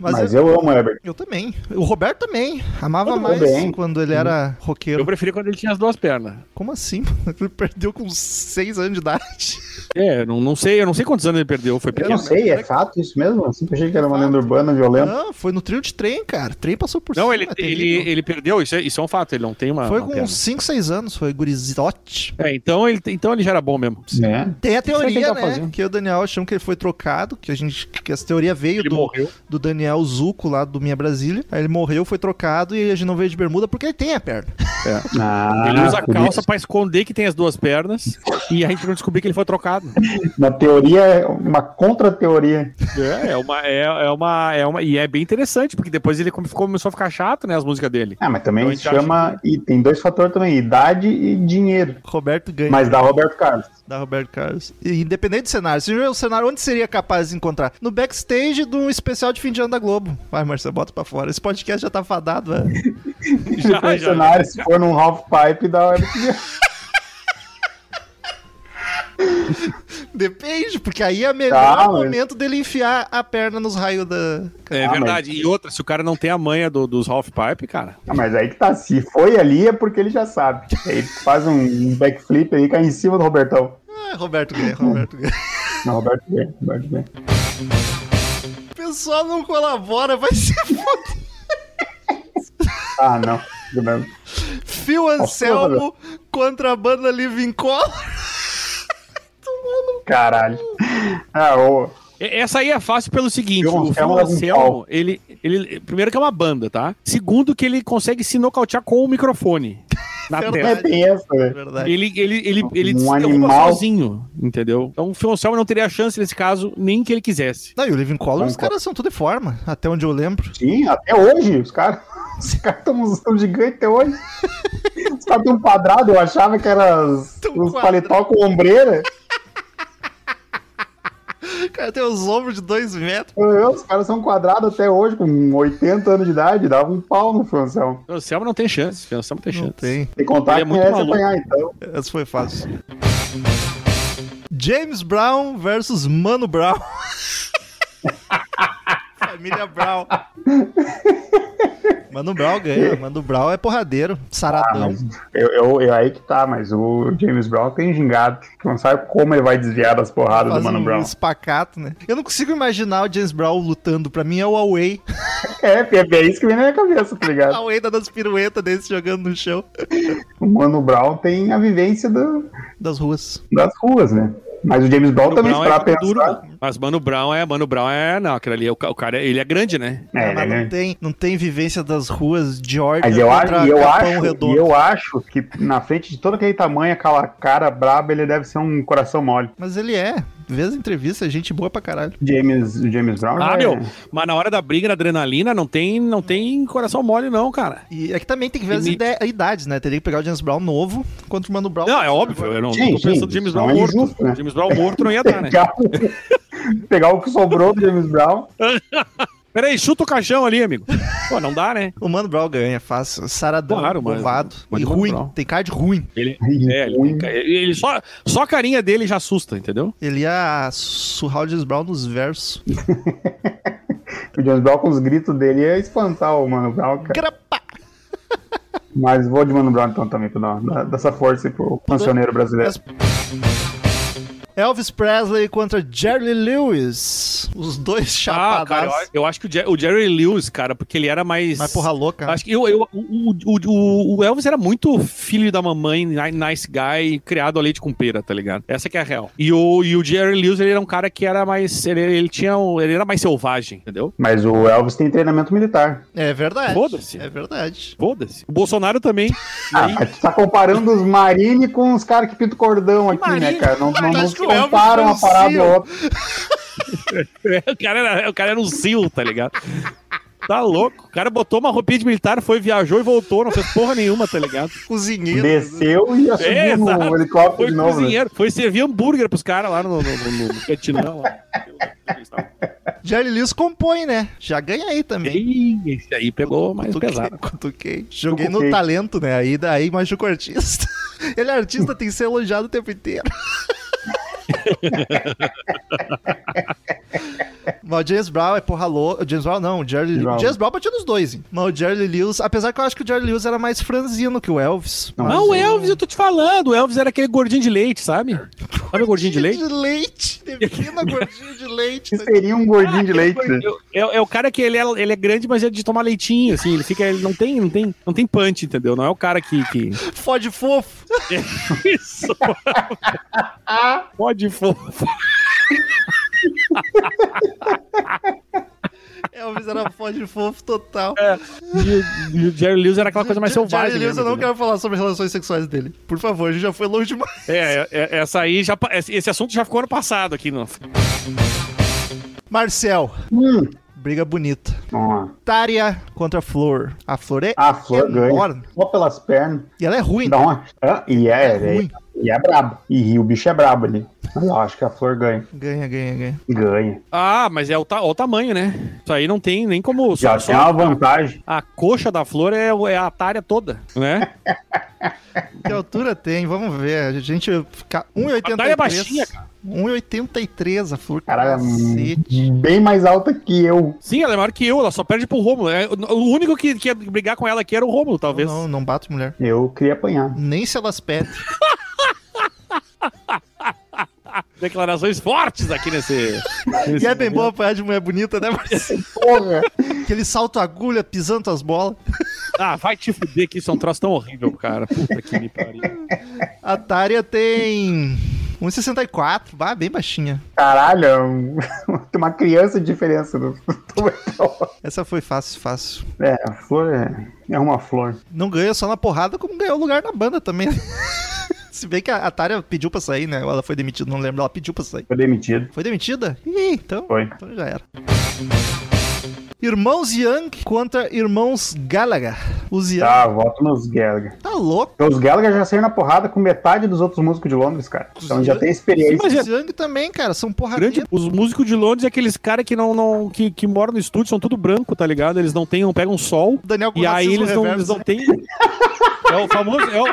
Speaker 1: Mas,
Speaker 3: Mas
Speaker 2: é
Speaker 1: eu,
Speaker 3: eu amo, Herbert.
Speaker 1: eu também. O Roberto também. Amava
Speaker 3: Todo
Speaker 1: mais
Speaker 3: mundo bem.
Speaker 1: quando ele era roqueiro.
Speaker 2: Eu preferia quando ele tinha as duas pernas.
Speaker 1: Como assim? mano? Ele perdeu com 6 anos de idade.
Speaker 2: É, eu não, não sei, eu não sei quantos anos ele perdeu, foi
Speaker 3: Eu
Speaker 2: pequeno. né?
Speaker 3: não sei, é fato isso mesmo? Eu sempre achei que era uma lenda urbana
Speaker 2: É.
Speaker 3: violenta.
Speaker 1: Não, foi no trio de trem, cara. O trem passou por
Speaker 2: Não,
Speaker 1: cima.
Speaker 2: ele,
Speaker 1: é terrível.
Speaker 2: ele, ele perdeu, isso é, isso é um fato, ele não tem uma.
Speaker 1: Foi
Speaker 2: uma
Speaker 1: com
Speaker 2: perna.
Speaker 1: uns 5, 6 anos, foi gurizote.
Speaker 2: É, então ele, então ele já era bom mesmo.
Speaker 3: né?
Speaker 1: Tem a
Speaker 2: que ele
Speaker 1: teoria,
Speaker 2: tá
Speaker 1: né,
Speaker 2: fazendo?
Speaker 1: que o Daniel achou que ele foi trocado, que a gente que essa teoria veio
Speaker 2: Ele
Speaker 1: do,
Speaker 2: morreu.
Speaker 1: do Daniel Zuco lá do Minha Brasília. Aí ele morreu, foi trocado e a gente não veio de bermuda porque ele tem a perna.
Speaker 3: Ah,
Speaker 2: ele usa a
Speaker 3: por
Speaker 2: calça
Speaker 3: isso.
Speaker 2: pra esconder que tem as duas pernas e a gente não descobriu que ele foi trocado.
Speaker 3: Na teoria, é uma contra-teoria.
Speaker 2: É, é uma, é, é uma, é uma. E é bem interessante, porque depois ele come- ficou- começou a ficar chato, né? As músicas dele.
Speaker 3: Ah, mas também
Speaker 2: Então, a gente
Speaker 3: chama. E tem dois fatores também: idade e dinheiro.
Speaker 1: Roberto ganha
Speaker 3: Mas dá Roberto Carlos.
Speaker 1: da Roberto Carlos. E independente do cenário, se o cenário onde seria capaz de encontrar? No backstage de um especial de fim de ano da Globo. Vai, Marcelo, bota pra fora. Esse podcast já tá fadado, velho.
Speaker 2: Já,
Speaker 3: Depende do
Speaker 2: já.
Speaker 3: cenário, se for num half pipe, dá Roberto Carlos.
Speaker 1: Depende, porque aí é melhor
Speaker 3: Tá, mas-
Speaker 1: momento dele enfiar a perna nos raios da
Speaker 2: É
Speaker 3: Ah,
Speaker 2: verdade. E outra, se o cara não tem a manha do- dos half pipe, cara.
Speaker 3: Ah, Mas aí que tá. Se foi ali, é porque ele já sabe. Aí tu faz um backflip aí e cai em cima do Robertão.
Speaker 1: Ah, Roberto ganha, Roberto ganha.
Speaker 3: Não, Roberto bem, Roberto bem.
Speaker 1: O pessoal não colabora, vai se foder.
Speaker 3: Ah, não. Tudo bem.
Speaker 1: Fio Anselmo contra a banda Living Color.
Speaker 3: Caralho. Ah, ô.
Speaker 2: E- Essa aí é fácil pelo seguinte:
Speaker 3: Eu
Speaker 2: o Phil
Speaker 3: vou falar com
Speaker 2: Anselmo,
Speaker 3: pau.
Speaker 2: ele, ele. Primeiro que é uma banda, tá? Segundo, que ele consegue se nocautear com o microfone. Na
Speaker 1: Verdade.
Speaker 3: É,
Speaker 2: tela.
Speaker 3: tem essa,
Speaker 1: É
Speaker 3: velho.
Speaker 1: verdade.
Speaker 2: Ele, ele, ele, ele
Speaker 3: Um
Speaker 2: se derruba
Speaker 3: animal.
Speaker 2: sozinho, entendeu? Então o Phil Anselmo não teria chance nesse caso, nem que ele quisesse.
Speaker 1: Não, e o Living Color, os
Speaker 3: Concordo.
Speaker 1: caras são tudo de forma, até onde eu lembro.
Speaker 3: Sim, até hoje. Os caras os caras estão usando um gigante até hoje. Os caras têm um quadrado, eu achava que era os,
Speaker 1: Tem um
Speaker 3: os paletó com ombreira.
Speaker 1: O cara tem os ombros de dois metros.
Speaker 3: Eu, Os caras são quadrados até hoje, com 80 anos de idade, dava um pau no Francel.
Speaker 2: O Anselmo não tem chance. O Anselmo tem
Speaker 1: Não
Speaker 2: chance.
Speaker 1: tem.
Speaker 3: Tem contato
Speaker 2: Ele é
Speaker 3: é com
Speaker 2: muito
Speaker 3: essa
Speaker 2: maluco.
Speaker 3: apanhar, então.
Speaker 1: Essa foi fácil. James Brown versus Mano Brown. Família Brown. Mano Brown ganha. Mano Brown é porradeiro.
Speaker 3: Ah,
Speaker 1: Saradão.
Speaker 3: mas eu, eu, eu- aí que tá, mas o James Brown tem gingado, que não sabe como ele vai desviar das porradas do
Speaker 1: Faz
Speaker 3: Mano
Speaker 1: um
Speaker 3: Brown.
Speaker 1: espacato, né? Eu não consigo imaginar o James Brown lutando. Pra mim é o Away.
Speaker 3: É, é, é isso que vem na minha cabeça, tá ligado?
Speaker 1: Away dando as piruetas desse jogando no chão.
Speaker 3: O Mano Brown tem a vivência do-
Speaker 1: Das ruas.
Speaker 3: das ruas, né? Mas o James Brown
Speaker 2: Mano
Speaker 3: também,
Speaker 2: Brown
Speaker 3: se
Speaker 2: é
Speaker 3: parar pra pensar.
Speaker 2: duro, né? mas Mano Brown é, Mano Brown é, não, aquele ali, é o, ca- o cara, é- ele é grande, né?
Speaker 3: É,
Speaker 1: mas
Speaker 3: né?
Speaker 1: não, tem, não tem vivência das ruas de ordem
Speaker 3: Mas eu acho, e eu,
Speaker 1: Capão
Speaker 3: acho,
Speaker 1: Redondo.
Speaker 3: e eu acho que na frente de todo aquele tamanho, aquela cara braba, ele deve ser um coração mole.
Speaker 1: Mas ele é. Vê as entrevistas, é gente boa pra caralho.
Speaker 3: James, James Brown.
Speaker 2: Ah,
Speaker 3: né?
Speaker 2: meu, mas na hora da briga, na adrenalina, não tem, não tem coração mole não, cara.
Speaker 1: E é que também tem que ver as
Speaker 2: Limite.
Speaker 1: ide- idades, né? Teria que pegar o James Brown novo contra o Mano Brown.
Speaker 2: Não, é óbvio, eu não
Speaker 3: Sim,
Speaker 2: tô
Speaker 3: sim,
Speaker 2: pensando no James
Speaker 3: não
Speaker 2: Brown
Speaker 3: é
Speaker 2: morto.
Speaker 3: injusto, né?
Speaker 2: James Brown morto não ia dar, né?
Speaker 3: Pegar, o- pegar o que sobrou do James Brown.
Speaker 2: Peraí, chuta o caixão ali, amigo. Pô, não dá, né?
Speaker 1: O Mano Brown ganha fácil. Saradão,
Speaker 2: Claro, mas-
Speaker 1: bombado.
Speaker 2: mas
Speaker 1: e
Speaker 2: o Mano
Speaker 1: ruim.
Speaker 2: Brown.
Speaker 1: Tem card ruim.
Speaker 2: Ele,
Speaker 3: Ih,
Speaker 2: é, ele,
Speaker 3: ruim.
Speaker 2: ele- ele só, só a carinha dele já assusta, entendeu?
Speaker 1: Ele ia surrar o James Brown nos versos.
Speaker 3: O James Brown com os gritos dele ia espantar o Mano Brown, cara.
Speaker 1: Grapa!
Speaker 3: Mas vou de Mano Brown então também, pra dar, dar- dar essa força aí pro cancioneiro brasileiro.
Speaker 1: Mas- Elvis Presley contra Jerry Lewis. Os dois
Speaker 2: Ah, cara, eu,
Speaker 1: chapadaços.
Speaker 2: eu acho que o, Je- o Jerry Lewis, cara, porque ele era mais.
Speaker 1: Mas porra louca.
Speaker 2: Acho que eu, eu- o, o- o- o Elvis era muito filho da mamãe, ni- nice guy, criado a leite com pera, tá ligado? Essa que é a real. E o, e o Jerry Lewis, ele era um cara que era mais. Ele, ele tinha um- ele era mais selvagem, entendeu?
Speaker 3: Mas o Elvis tem treinamento militar.
Speaker 1: É verdade.
Speaker 2: Foda-se.
Speaker 1: É verdade.
Speaker 2: Foda-se. O Bolsonaro também. E aí-
Speaker 3: Ah, tu tá comparando os Marine com os caras que pintam cordão aqui, né, cara? Não, não,
Speaker 1: Acho
Speaker 3: não
Speaker 1: que o Elvis
Speaker 3: comparam uma
Speaker 1: conhecia.
Speaker 3: parada ou outra.
Speaker 2: o, cara era, o cara era um zil, tá ligado? Tá louco. O cara botou uma roupinha de militar, foi, viajou e voltou. Não fez porra nenhuma, tá ligado?
Speaker 1: Cozinheiro.
Speaker 3: Desceu e
Speaker 2: É,
Speaker 3: assumiu
Speaker 2: exato.
Speaker 3: no helicóptero
Speaker 2: Foi
Speaker 3: de novo. né?
Speaker 2: cozinheiro, foi servir hambúrguer pros caras lá no, no, no, no Vietnã, lá.
Speaker 1: Jerry Lewis compõe, né? Já ganha aí também.
Speaker 2: Ih, Esse aí pegou mais É pesado.
Speaker 1: Cutuquei. Joguei no
Speaker 3: Cutuquei.
Speaker 1: talento, né? Aí daí machuca o artista. Ele é artista, tem que ser elogiado o tempo inteiro. Mas o James Brown é porra louca. James Brown não, o Jerry Lewis.
Speaker 3: Brown.
Speaker 1: James Brown batia nos dois, hein? Mas o Jerry Lewis, apesar que eu acho que o Jerry Lewis era mais franzino que o Elvis.
Speaker 3: Não,
Speaker 2: Não, é o Elvis, eu tô te falando. O Elvis era aquele gordinho de leite, sabe? Sabe o gordinho de leite?
Speaker 1: De leite. Devina gordinho de leite. né?
Speaker 3: Que seria um gordinho de leite. né?
Speaker 2: É, é o cara que ele é, ele é grande, mas é de tomar leitinho, assim. Ele fica. Ele não tem, não tem, não tem punch, entendeu? Não é o cara que. que...
Speaker 1: Fode fofo.
Speaker 2: Isso! Pode fofo.
Speaker 1: Elvis era fode fofo total.
Speaker 2: E, o- e o Jerry Lewis era aquela coisa mais
Speaker 1: Jerry
Speaker 2: selvagem.
Speaker 1: Lewis, eu
Speaker 2: mesmo, né?
Speaker 1: não
Speaker 2: entendeu?
Speaker 1: quero falar sobre relações sexuais dele. Por favor, a gente já foi longe demais.
Speaker 2: É, é, é, essa aí já. pa- Esse esse assunto já ficou ano passado aqui, não.
Speaker 1: Marcel,
Speaker 3: Hum.
Speaker 1: briga bonita.
Speaker 3: Vamos lá.
Speaker 1: Tária contra a Flor. A Flor é
Speaker 3: A Ah, flor
Speaker 1: enorme.
Speaker 3: ganha. Só pelas pernas.
Speaker 1: E ela é ruim.
Speaker 3: Dá uma... Ah, e
Speaker 2: Tá
Speaker 3: é,
Speaker 1: Ruim.
Speaker 3: velho. E é brabo. E o bicho é brabo ali. Mas eu acho que a flor ganha.
Speaker 1: Ganha, ganha, ganha.
Speaker 3: Ganha.
Speaker 2: Ah, mas é o, ta- o tamanho, né? Isso aí não tem nem como.
Speaker 3: Já
Speaker 2: só-
Speaker 3: tem uma vantagem.
Speaker 2: A coxa da flor é, o- é a tária toda, né?
Speaker 1: Que altura tem? Vamos ver. A gente fica
Speaker 2: A Tária
Speaker 1: 1,83.
Speaker 2: é baixinha, cara.
Speaker 1: 1,83 a Flor.
Speaker 3: Caralho,
Speaker 1: Cacete.
Speaker 3: é bem mais alta que eu.
Speaker 2: Sim, ela é maior que eu, ela só perde pro Rômulo. É, O único que, que ia brigar com ela aqui era o Rômulo, talvez.
Speaker 1: Não, não bato mulher.
Speaker 3: Eu queria apanhar.
Speaker 1: Nem se elas pedem.
Speaker 2: Declarações fortes aqui nesse. nesse
Speaker 1: E é bem bom apanhar de mulher bonita, né, Marcel?
Speaker 3: Porra!
Speaker 1: Aquele salto agulha pisando as bolas.
Speaker 2: Ah, vai te fuder que isso é um troço tão horrível, cara. Puta que me pariu.
Speaker 1: A Tária tem 1,64. Bah, bem baixinha.
Speaker 3: Caralho, é um- tem uma criança de diferença do. do-
Speaker 1: Essa foi fácil, fácil.
Speaker 3: é, a flor é, é uma flor.
Speaker 1: Não ganha só na porrada, como ganhou lugar na banda também. Se bem que a a Tária pediu pra sair, né? Ou Ela foi demitida, não lembro. Ela pediu pra sair.
Speaker 3: Foi demitido.
Speaker 1: Foi demitida? Ih, então,
Speaker 3: Foi.
Speaker 1: então já era. Irmãos Young contra irmãos Gallagher. Os Young.
Speaker 3: Tá, voto nos Gallagher.
Speaker 1: Tá louco.
Speaker 3: Porque Os Gallagher já saíram na porrada com metade dos outros músicos de Londres, cara. Então já tem experiência.
Speaker 2: Mas é-
Speaker 1: Os Young também, cara, são
Speaker 2: Grande,
Speaker 1: porradeiros.
Speaker 2: os músicos de Londres é aqueles caras que não, não que, que moram no estúdio, são tudo branco, tá ligado? Eles não têm, não pegam sol.
Speaker 1: Daniel com
Speaker 2: E aí
Speaker 1: racismo
Speaker 2: eles não,
Speaker 1: reverso.
Speaker 2: eles não têm. É o famoso. É o,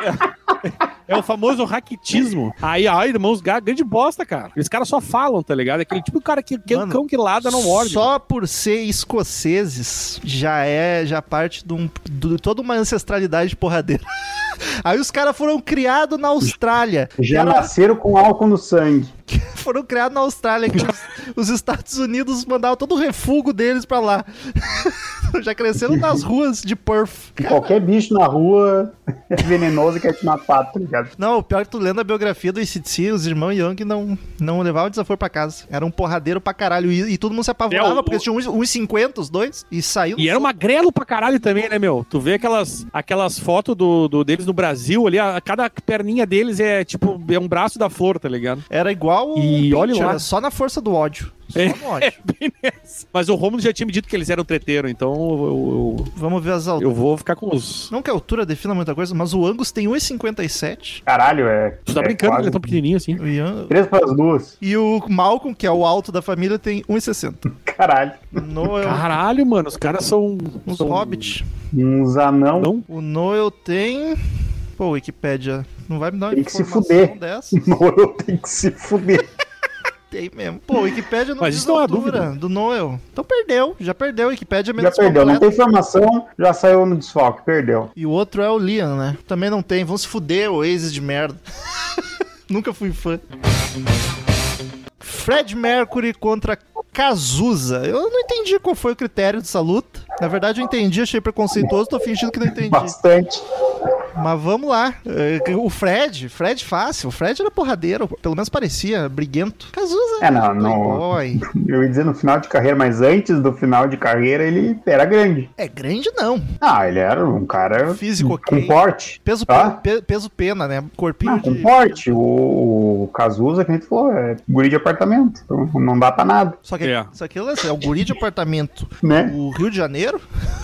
Speaker 2: é o famoso raquitismo. Aí, ai, irmãos, Gaga, grande bosta, cara. Esses caras só falam, tá ligado? Aquele tipo de cara que, que é um
Speaker 1: Mano,
Speaker 2: cão que lada não morde.
Speaker 1: Só por ser escoceses já é já parte de, um, de toda uma ancestralidade de porradeira. Aí os caras foram criados na Austrália.
Speaker 3: Já
Speaker 1: Cara,
Speaker 3: nasceram com álcool no sangue.
Speaker 1: foram criados na Austrália, que os, os Estados Unidos mandavam todo o refúgio deles pra lá. Já cresceram nas ruas de Perth.
Speaker 3: E qualquer bicho na rua é venenoso e quer te matar, tá ligado?
Speaker 1: Não, o pior é que tu lendo a biografia do ICT, os irmãos Young não, não levavam desaforo pra casa. Era um porradeiro pra caralho. E, e todo mundo se apavorava,
Speaker 2: É, o-
Speaker 1: porque tinha uns, uns 50, os dois, e saiu.
Speaker 2: E era um magrelo pra caralho também, né, meu? Tu vê aquelas, aquelas fotos do, do- deles no Brasil ali, a, cada perninha deles é tipo, é um braço da flor, tá ligado?
Speaker 1: Era igual o
Speaker 2: E olha lá.
Speaker 1: era só na força do ódio. Só
Speaker 2: É.
Speaker 1: no ódio.
Speaker 2: Bem nessa. Mas o Romulo já tinha me dito que eles eram treteiro, então eu,
Speaker 1: Vamos ver as
Speaker 2: eu,
Speaker 1: alturas.
Speaker 2: eu vou ficar com os.
Speaker 1: Não que a altura defina muita coisa, mas o Angus tem 1,57.
Speaker 3: Caralho, é.
Speaker 2: Tu tá
Speaker 3: é
Speaker 2: brincando que
Speaker 3: quase
Speaker 2: eles tão pequenininhos assim.
Speaker 1: O Ian-
Speaker 3: Três para as duas.
Speaker 1: E o Malcolm, que é o alto da família, tem 1,60.
Speaker 3: Caralho.
Speaker 1: Noel,
Speaker 2: Caralho, mano, os caras são.
Speaker 1: os
Speaker 2: são-
Speaker 1: Hobbit.
Speaker 3: Uns anão.
Speaker 2: Não?
Speaker 1: O Noel tem. Pô, Wikipédia. Não vai me dar uma
Speaker 3: Tem que se
Speaker 1: informação
Speaker 3: fuder.
Speaker 1: dessa?
Speaker 3: Moro tem que se fuder.
Speaker 1: Tem mesmo. Pô, Wikipédia não
Speaker 2: Mas
Speaker 1: diz
Speaker 2: isso não é
Speaker 1: a
Speaker 2: dúvida.
Speaker 1: altura do Noel. Então perdeu. Já perdeu. Wikipédia é
Speaker 3: Já
Speaker 1: menos
Speaker 3: perdeu. Não
Speaker 1: completa.
Speaker 3: tem formação, já saiu no desfalque. Perdeu.
Speaker 1: E o outro é o Liam, né? Também não tem. Vão se fuder, Oasis de merda. Nunca fui fã. Fred Mercury contra Cazuza. Eu não entendi qual foi o critério dessa luta. Na verdade, eu entendi, achei preconceituoso, tô fingindo que não entendi.
Speaker 3: Bastante.
Speaker 1: Mas vamos lá. É, O Fred, Fred fácil. O Fred era porradeiro, pelo menos parecia, briguento. Cazuza
Speaker 3: É, não,
Speaker 1: era
Speaker 3: não.
Speaker 1: playboy.
Speaker 3: Eu ia dizer no final de carreira, mas antes do final de carreira ele era grande.
Speaker 1: É grande não.
Speaker 3: Ah, ele era um cara
Speaker 1: Físico
Speaker 3: com
Speaker 1: ok.
Speaker 3: porte.
Speaker 1: Peso,
Speaker 3: Tá.
Speaker 1: pe- peso pena, né? Corpinho
Speaker 3: Ah, com
Speaker 1: de...
Speaker 3: porte. O, o Cazuza, que a gente falou, é guri de apartamento. Então não dá pra nada,
Speaker 1: Só que,
Speaker 2: É.
Speaker 1: só que lance, é o guri de apartamento.
Speaker 3: né?
Speaker 1: O Rio de Janeiro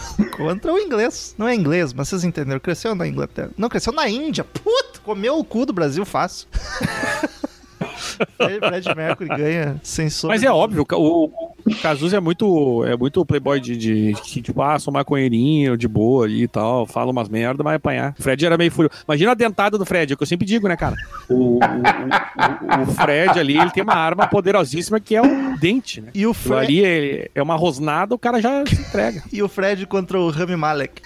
Speaker 1: contra o inglês. Não é inglês, mas vocês entenderam. Cresceu na Inglaterra. Não, cresceu na Índia. Puta, comeu o cu do Brasil fácil. Aí Fred Mercury ganha sem sombra.
Speaker 2: Mas é óbvio, o, o Cazuza é muito, é muito playboy de, de, que, tipo, ah, sou maconheirinho, de boa ali e tal, fala umas merda, mas apanhar. O Fred era meio furioso. Imagina a dentada do Fred, é o que eu sempre digo, né, cara? O, o- o- o- o Fred ali, ele tem uma arma poderosíssima que é o dente, né?
Speaker 1: E o, Fre
Speaker 2: Aquilo ali é, é uma rosnada, o cara já se entrega.
Speaker 1: e o Fred contra o Rami Malek.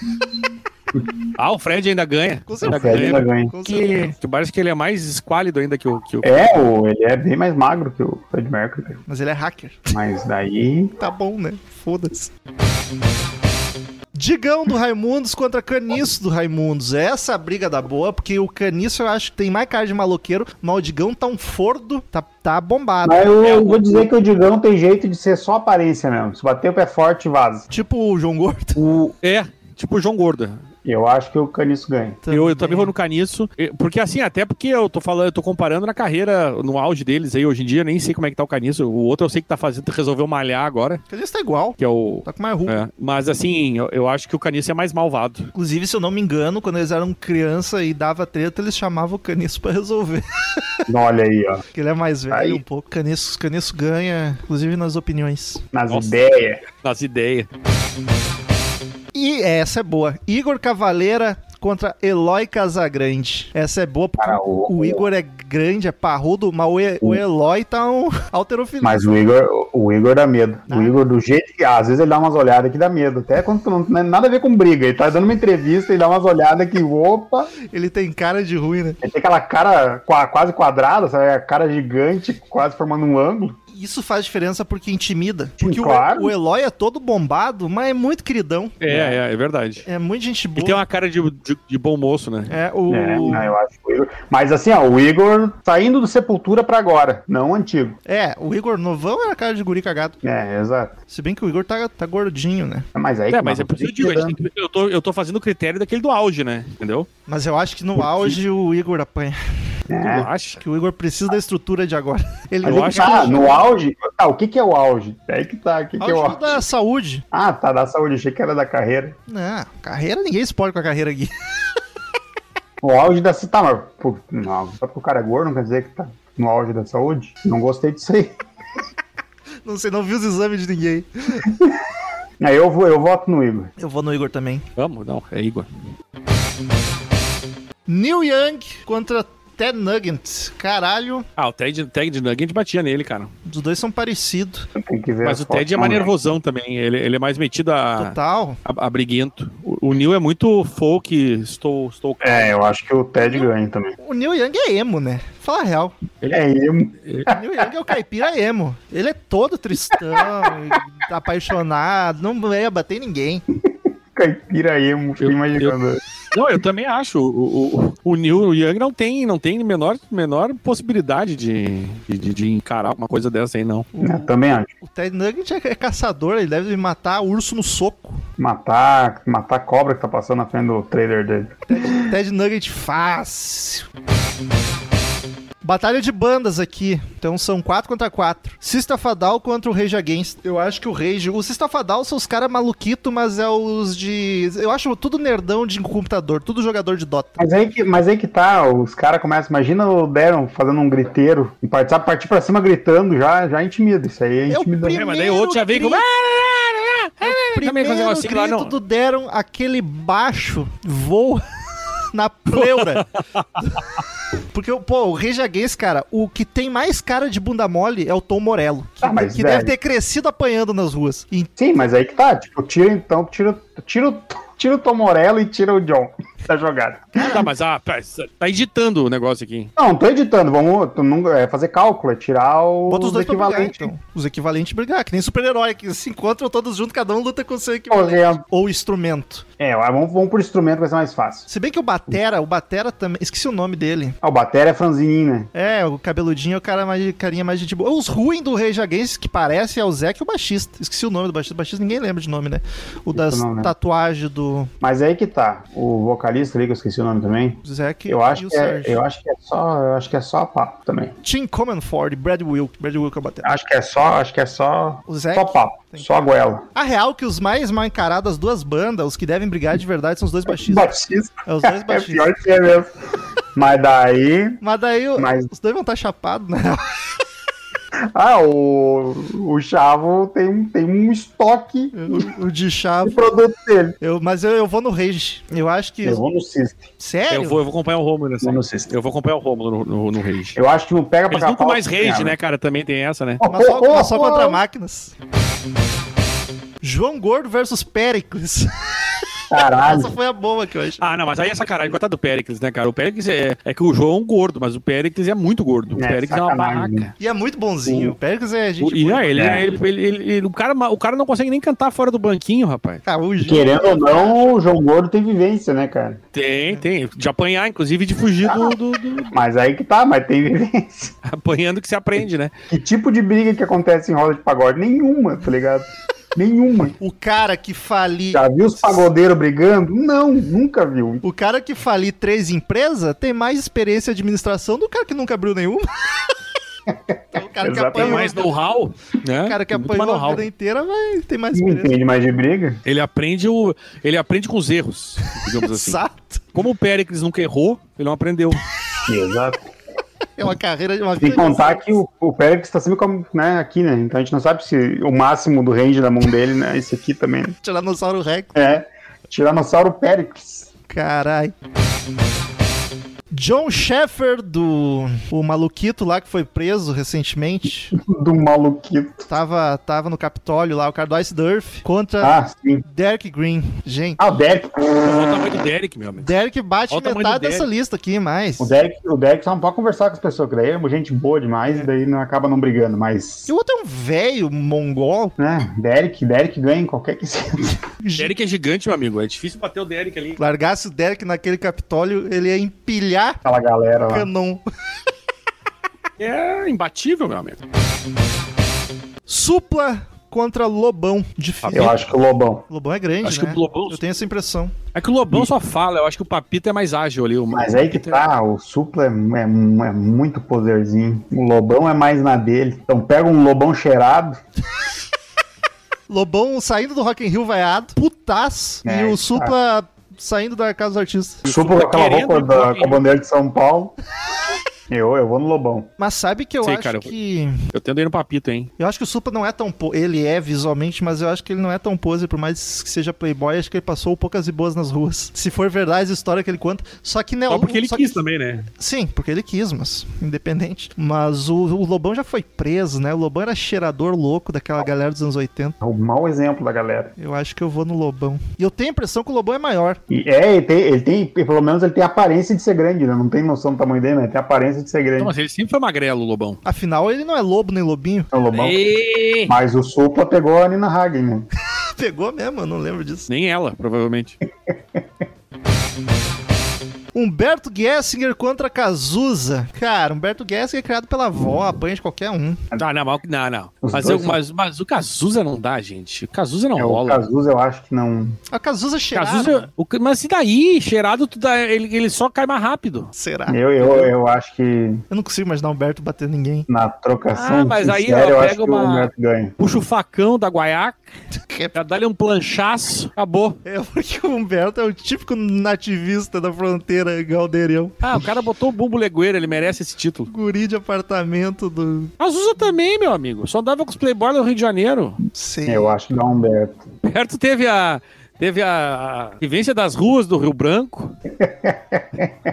Speaker 2: Ah, o Fred ainda ganha.
Speaker 1: Com
Speaker 3: O
Speaker 1: certeza.
Speaker 3: Fred ainda ganha.
Speaker 1: Com certeza.
Speaker 2: Que, que parece que ele é mais esquálido ainda que o. Que o...
Speaker 3: É, o, ele é bem mais magro que o Fred Mercury. cara.
Speaker 1: Mas ele é hacker.
Speaker 3: Mas daí.
Speaker 1: Tá bom, né? Foda-se. Digão do Raimundos contra Caniço do Raimundos. Essa é briga da boa, porque o Caniço eu acho que tem mais cara de maloqueiro, mas o Digão tá um fordo, tá, tá bombado.
Speaker 3: Mas eu, eu vou dizer que É, o Digão tem jeito de ser só aparência mesmo. Se bater o pé forte, vaza.
Speaker 1: Tipo o João Gordo.
Speaker 2: O- é, tipo o João Gordo.
Speaker 3: Eu acho que o Caniço ganha.
Speaker 2: Eu, eu também vou no Caniço, eh, porque assim, até porque eu tô falando, eu tô comparando na carreira, no auge deles aí, hoje em dia, eu nem sei como é que tá o Caniço, o outro eu sei que tá fazendo, resolveu malhar agora,
Speaker 1: Caniço tá igual.
Speaker 2: que é o...
Speaker 1: Tá com mais ruim.
Speaker 2: é, mas assim, eu, eu acho que o Caniço é mais malvado.
Speaker 1: Inclusive, se eu não me engano, quando eles eram criança e dava treta, eles chamavam o Caniço pra resolver.
Speaker 3: Olha aí, ó.
Speaker 1: Porque ele é mais velho
Speaker 3: Aí.
Speaker 1: um pouco. Caniço, Caniço ganha, inclusive nas opiniões.
Speaker 3: Nas
Speaker 2: Nossa.
Speaker 3: ideias.
Speaker 2: Nas ideias.
Speaker 1: E essa é boa. Igor Cavaleira contra Eloy Casagrande. Essa é boa porque
Speaker 3: Cara, o-
Speaker 1: o Igor é grande, é parrudo, mas o, E- o Eloy tá um alterofilista.
Speaker 3: Mas Né? o Igor, o Igor dá medo. O Igor, do jeito que. ah, às vezes ele dá umas olhadas que dá medo. Até quando tu não tem nada a ver com briga. Ele tá dando uma entrevista e dá umas olhadas que, opa,
Speaker 1: Ele tem cara de ruim, né?
Speaker 3: ele tem aquela cara qua- quase quadrada, sabe? A cara gigante, quase formando um ângulo.
Speaker 1: Isso faz diferença porque intimida. Porque o-
Speaker 3: claro.
Speaker 1: o, Eloy é todo bombado, mas é muito queridão.
Speaker 2: É, é, é verdade.
Speaker 1: É muito gente
Speaker 2: E
Speaker 1: boa.
Speaker 2: tem uma cara de, de, de bom moço, né?
Speaker 1: É, o...
Speaker 3: É, não, eu acho que o Igor. Mas assim, ó, o Igor tá indo do Sepultura pra agora, não o antigo.
Speaker 1: É, o Igor novão era cara de guri cagado.
Speaker 3: É, exato.
Speaker 1: Se bem que o Igor tá, tá gordinho, né?
Speaker 3: Mas aí tá
Speaker 2: É, mas é por
Speaker 3: mas-
Speaker 2: isso que eu digo, a gente tem que- eu tô, eu tô fazendo o critério daquele do auge, né? Entendeu?
Speaker 1: Mas eu acho que no auge o Igor apanha.
Speaker 3: É.
Speaker 2: Eu acho.
Speaker 1: Que o Igor precisa da estrutura de agora. Ele
Speaker 3: Mas
Speaker 2: Eu
Speaker 3: é que
Speaker 2: acho
Speaker 3: tá,
Speaker 2: que-
Speaker 3: no auge. Tá, o que que é o auge? É aí que tá, o que que é o
Speaker 1: auge
Speaker 3: auge?
Speaker 1: da saúde.
Speaker 3: Ah, tá, da saúde, achei que era da carreira.
Speaker 1: Não, Ah, carreira, ninguém explode com a carreira aqui.
Speaker 3: O auge da saúde. Tá, mas pô, não, só porque o cara é gordo não quer dizer que tá no auge da saúde? Não gostei disso aí.
Speaker 1: Não sei, não vi os exames de ninguém.
Speaker 3: Aí eu, vou, eu voto no Igor.
Speaker 1: Eu vou no Igor também.
Speaker 2: Vamos, não, é Igor.
Speaker 1: Neil Young contra Ted Nugent. Caralho,
Speaker 2: Ah, o Ted, Ted Nugent batia nele, cara.
Speaker 1: os dois são parecidos.
Speaker 3: Tem que ver
Speaker 2: Mas
Speaker 3: as
Speaker 2: o Ted
Speaker 3: fotos,
Speaker 2: é mais
Speaker 3: não, né?
Speaker 2: nervosão também, ele, ele é mais metido
Speaker 1: Ah.
Speaker 2: a...
Speaker 1: Total.
Speaker 2: A, a briguento. O, o Neil é muito folk, estou, estou
Speaker 3: É, eu acho que o Ted ganha também.
Speaker 1: O Neil Young é emo, né? Fala a real.
Speaker 3: Ele é emo.
Speaker 1: O Neil Young é o caipira emo. Ele é todo tristão, e apaixonado, não ia bater em ninguém.
Speaker 3: Caipira emo, fiquei
Speaker 2: Eu-
Speaker 3: imaginando.
Speaker 2: Não, eu também acho. O, o, o Neil o Young não tem, não tem menor, menor possibilidade de, de, de encarar uma coisa dessa aí, não.
Speaker 3: É, também acho.
Speaker 1: O Ted Nugent é é caçador, ele deve matar urso no soco.
Speaker 3: Matar, matar a cobra que tá passando na frente do trailer dele.
Speaker 1: Ted Nugget fácil. Batalha de bandas aqui. Então são 4 contra 4. Sista Fadal contra o Rage Against. Eu acho que o Rage. O Sista Fadal são os caras maluquito, mas é os de. Eu acho tudo nerdão de computador, tudo jogador de Dota.
Speaker 3: Mas aí que, mas aí que tá, os caras começam. Imagina o Darren fazendo um griteiro. Partir, partir pra cima gritando, já, já intimida. Isso aí é
Speaker 1: É o
Speaker 3: intimidante.
Speaker 1: primeiro
Speaker 2: mas daí o outro já vem com-
Speaker 1: grito-
Speaker 2: Também fazer um
Speaker 1: Primeiro
Speaker 2: assim lá,
Speaker 1: grito
Speaker 2: não.
Speaker 1: do Deram, aquele baixo voa na pleura. Porque, pô, o Rage Against, cara, o que tem mais cara de bunda mole é o Tom Morello. Que,
Speaker 3: Ah, mas,
Speaker 1: que deve
Speaker 3: velho.
Speaker 1: ter crescido apanhando nas ruas. E
Speaker 3: Sim, mas aí que tá. Tipo, tira então, tira, tira, o- tira o Tom Morello e tira o John. tá jogado.
Speaker 2: Tá, mas ah, pera, tá editando o negócio aqui.
Speaker 3: Não, tô editando, vamos tu não- é, fazer cálculo, é tirar o
Speaker 1: Bota os dois pra brigar,
Speaker 3: equivalente.
Speaker 1: então. Os equivalentes brigar, que nem super-herói, que se encontram todos juntos, cada um luta com seu
Speaker 3: Por
Speaker 1: equivalente.
Speaker 3: exemplo.
Speaker 1: Ou instrumento.
Speaker 3: É, mas vamos, vamos por instrumento, vai ser mais fácil.
Speaker 1: Se bem que o Batera, o Batera também. Esqueci o nome dele.
Speaker 3: Ah, o Batera é franzininho, né?
Speaker 1: É, o cabeludinho é o cara mais, carinha mais de boa. Os ruins do Rei Jaguense, que parece, é o Zé que é o baixista. Esqueci o nome do baixista. O baixista ninguém lembra de nome, né? O das
Speaker 3: não lembro.
Speaker 1: tatuagens do
Speaker 3: Mas aí que tá. O vocalista ali, que eu esqueci o nome também.
Speaker 1: Zé que
Speaker 3: Eu
Speaker 1: e
Speaker 3: acho,
Speaker 1: o
Speaker 3: que é,
Speaker 1: Sérgio.
Speaker 3: eu acho que é só. Eu acho que é só a papo também.
Speaker 1: Tim Comenford, Brad Wilk. Brad Wilk é o Batera.
Speaker 3: Acho que é só. Acho que é só.
Speaker 1: O Zé
Speaker 3: Só
Speaker 1: que-
Speaker 3: papo.
Speaker 1: tem
Speaker 3: Só a goela.
Speaker 1: A real é que os mais mal encarados das duas bandas, os que devem brigar de verdade, são os dois baixistas.
Speaker 3: Batista.
Speaker 1: É os dois
Speaker 3: É
Speaker 1: baixistas.
Speaker 3: pior que é mesmo. Mas daí.
Speaker 1: Mas daí o-
Speaker 3: Mas-
Speaker 1: os dois vão estar chapados, né?
Speaker 3: Ah, o, o Chavo tem um, tem um estoque
Speaker 1: O, o de chapa.
Speaker 3: de produto dele.
Speaker 1: Eu, mas eu, eu vou no Rage. Eu acho que.
Speaker 3: Eu vou no Cisne.
Speaker 1: Sério?
Speaker 2: Eu vou, eu vou acompanhar o Romulo nessa.
Speaker 3: Vou no Cisne.
Speaker 2: Eu vou acompanhar o Romulo no, no, no Rage.
Speaker 3: Eu acho que não pega pra
Speaker 2: Eles nunca
Speaker 3: capar o
Speaker 2: mais Rage,
Speaker 3: Cipriano.
Speaker 1: é
Speaker 2: né, cara? Também tem essa, né?
Speaker 1: Mas só,
Speaker 3: Oh, oh,
Speaker 1: mas só
Speaker 3: oh.
Speaker 1: contra máquinas. João Gordo versus Péricles.
Speaker 3: Caralho.
Speaker 1: Essa foi a boa que eu acho.
Speaker 2: Ah, não, mas aí é sacanagem. Coitado do Pericles, né, cara? O Pericles é, é que o João é um gordo, mas o Pericles é muito gordo. O
Speaker 3: É,
Speaker 2: Pericles é uma
Speaker 3: sacanagem,
Speaker 2: barraca.
Speaker 1: E é muito bonzinho. O Péricles é gente.
Speaker 2: O- e não, ele,
Speaker 3: É.
Speaker 2: ele- ele- ele- ele- o, cara, o cara não consegue nem cantar fora do banquinho, rapaz.
Speaker 1: Caújo.
Speaker 3: Querendo ou não, o João Gordo tem vivência, né, cara?
Speaker 2: Tem, tem. De apanhar, inclusive, de fugir do, do- do-
Speaker 3: Mas aí que tá, mas tem vivência.
Speaker 2: Apanhando que se aprende, né?
Speaker 3: Que tipo de briga que acontece em roda de pagode? Nenhuma, tá ligado? Nenhuma.
Speaker 1: O cara que falir.
Speaker 3: Já viu os pagodeiros brigando? Não, nunca viu.
Speaker 1: O cara que falir três empresas tem mais experiência de administração do cara que nunca abriu nenhuma. Então, o cara que
Speaker 3: Exato,
Speaker 2: Tem
Speaker 1: apanhou,
Speaker 2: mais know-how, né?
Speaker 1: o cara que
Speaker 2: Tem muito mais
Speaker 1: apanhou a
Speaker 2: know-how.
Speaker 1: vida inteira vai ter mais
Speaker 3: Não
Speaker 1: experiência.
Speaker 3: entende mais de briga?
Speaker 2: Ele aprende, o, ele aprende com os erros, digamos assim.
Speaker 1: Exato.
Speaker 2: Como o Péricles nunca errou, ele não aprendeu.
Speaker 3: Exato.
Speaker 1: É uma carreira de uma vida.
Speaker 3: Sem contar que o, o Pérez tá sempre com, né, aqui, né? Então a gente não sabe se o máximo do range da mão dele, né? Esse aqui também. né?
Speaker 1: Tiranossauro Rex.
Speaker 3: É. Tiranossauro Péricles.
Speaker 1: Carai. John Sheffer, do o maluquito lá que foi preso recentemente,
Speaker 3: Do maluquito.
Speaker 1: tava, tava no Capitólio lá, o cara do Ice Durf, contra
Speaker 3: Ah, sim.
Speaker 1: Derek Green. Gente,
Speaker 3: Ah, o Derek.
Speaker 2: Olha É o tamanho do Derek, meu amigo.
Speaker 1: Derek bate
Speaker 2: Olha o tamanho
Speaker 1: metade
Speaker 2: do
Speaker 1: dessa lista aqui, mais.
Speaker 3: O Derek, o Derek só não pode conversar com as pessoas, que daí é gente boa demais, e daí não acaba não brigando, mas.
Speaker 1: E o outro é um velho mongol.
Speaker 3: Né? Derek, Derek ganha em qualquer que seja.
Speaker 2: Derek é gigante, meu amigo. É difícil bater o Derek ali.
Speaker 1: Largasse o Derek naquele Capitólio, ele ia empilhar
Speaker 3: Aquela galera
Speaker 2: Ah.
Speaker 3: lá.
Speaker 1: canon.
Speaker 2: É imbatível, meu amigo.
Speaker 1: Supla contra Lobão. Difícil.
Speaker 3: Eu acho que o Lobão.
Speaker 1: Lobão é grande,
Speaker 2: Ah, Acho
Speaker 1: né?
Speaker 2: que o Lobão-
Speaker 1: Eu tenho essa impressão.
Speaker 2: É que o Lobão só fala, eu acho que o Papito é mais ágil ali. O
Speaker 3: Mas aí que
Speaker 2: Papito é-
Speaker 3: tá, o Supla é, é- é muito poderzinho. O Lobão é mais na dele. Então pega um Lobão cheirado.
Speaker 1: Lobão saindo do Rock in Rio vaiado, putaz,
Speaker 3: É,
Speaker 1: e o
Speaker 3: tá.
Speaker 1: Supla saindo da casa do artista.
Speaker 3: O Supla com aquela
Speaker 2: querendo
Speaker 3: roupa
Speaker 2: um
Speaker 3: da,
Speaker 2: pouquinho.
Speaker 3: com a bandeira de São Paulo. Eu, eu vou no Lobão.
Speaker 1: Mas sabe que eu
Speaker 2: Sei,
Speaker 1: acho
Speaker 2: cara, eu-
Speaker 1: que.
Speaker 2: Eu tendo aí no Papito, hein?
Speaker 1: Eu acho que o Supla não é tão. po- Ele é visualmente, mas eu acho que ele não é tão pose, por mais que seja playboy, acho que ele passou poucas e boas nas ruas. Se for verdade a história que ele conta. Só que não.
Speaker 2: Só porque ele
Speaker 1: só
Speaker 2: quis
Speaker 1: que-
Speaker 2: também, né?
Speaker 1: Sim, porque ele quis, mas independente. Mas o, o Lobão já foi preso, né? O Lobão era cheirador louco daquela galera dos anos 80.
Speaker 3: É o mau exemplo da galera.
Speaker 1: Eu acho que eu vou no Lobão. E eu tenho a impressão que o Lobão é maior.
Speaker 3: E é, ele tem, ele tem, pelo menos ele tem a aparência de ser grande, né? Não tem noção do tamanho dele, né? Tem a aparência de ser grande.
Speaker 2: Não, Então, mas ele sempre foi magrelo, o Lobão.
Speaker 1: Afinal, ele não é lobo nem lobinho.
Speaker 3: É o Lobão.
Speaker 2: Ei!
Speaker 3: Mas o Supla pegou a Nina Hagen, né?
Speaker 1: Pegou mesmo, eu não lembro disso.
Speaker 2: Nem ela, provavelmente.
Speaker 1: Humberto Gessinger contra Cazuza. Cara, Humberto Gessinger é criado pela avó, apanha de qualquer um.
Speaker 2: Tá, não, mas- não, não.
Speaker 3: Os
Speaker 2: Mas,
Speaker 3: dois
Speaker 2: eu-
Speaker 3: são-
Speaker 2: mas, mas o Cazuza não dá, gente. O Cazuza não
Speaker 3: É, o
Speaker 2: rola.
Speaker 3: Cazuza eu acho que não.
Speaker 1: A Cazuza cheirada.
Speaker 2: Cazuza, o, ca- mas e daí, cheirado, tu dá- ele, ele só cai mais rápido.
Speaker 1: Será?
Speaker 3: Eu, eu, eu acho que
Speaker 1: Eu não consigo imaginar o Humberto bater ninguém.
Speaker 3: na trocação.
Speaker 2: Ah, mas aí,
Speaker 3: sincera,
Speaker 2: ó,
Speaker 3: eu acho
Speaker 2: pega
Speaker 3: que
Speaker 2: uma-
Speaker 3: o Humberto ganha.
Speaker 2: Puxa o facão da guaiaca, já dá-lhe um planchaço, acabou.
Speaker 1: É porque o Humberto é o típico nativista da fronteira galdeirão.
Speaker 2: Ah, o cara botou o bumbo legueiro, ele merece esse título.
Speaker 1: Guri de apartamento do.
Speaker 2: Cazuza também, meu amigo. Só andava com os playboy no Rio de Janeiro.
Speaker 1: Sei.
Speaker 3: Eu acho que dá um Humberto.
Speaker 2: Perto teve a... Teve a a vivência das ruas do Rio Branco.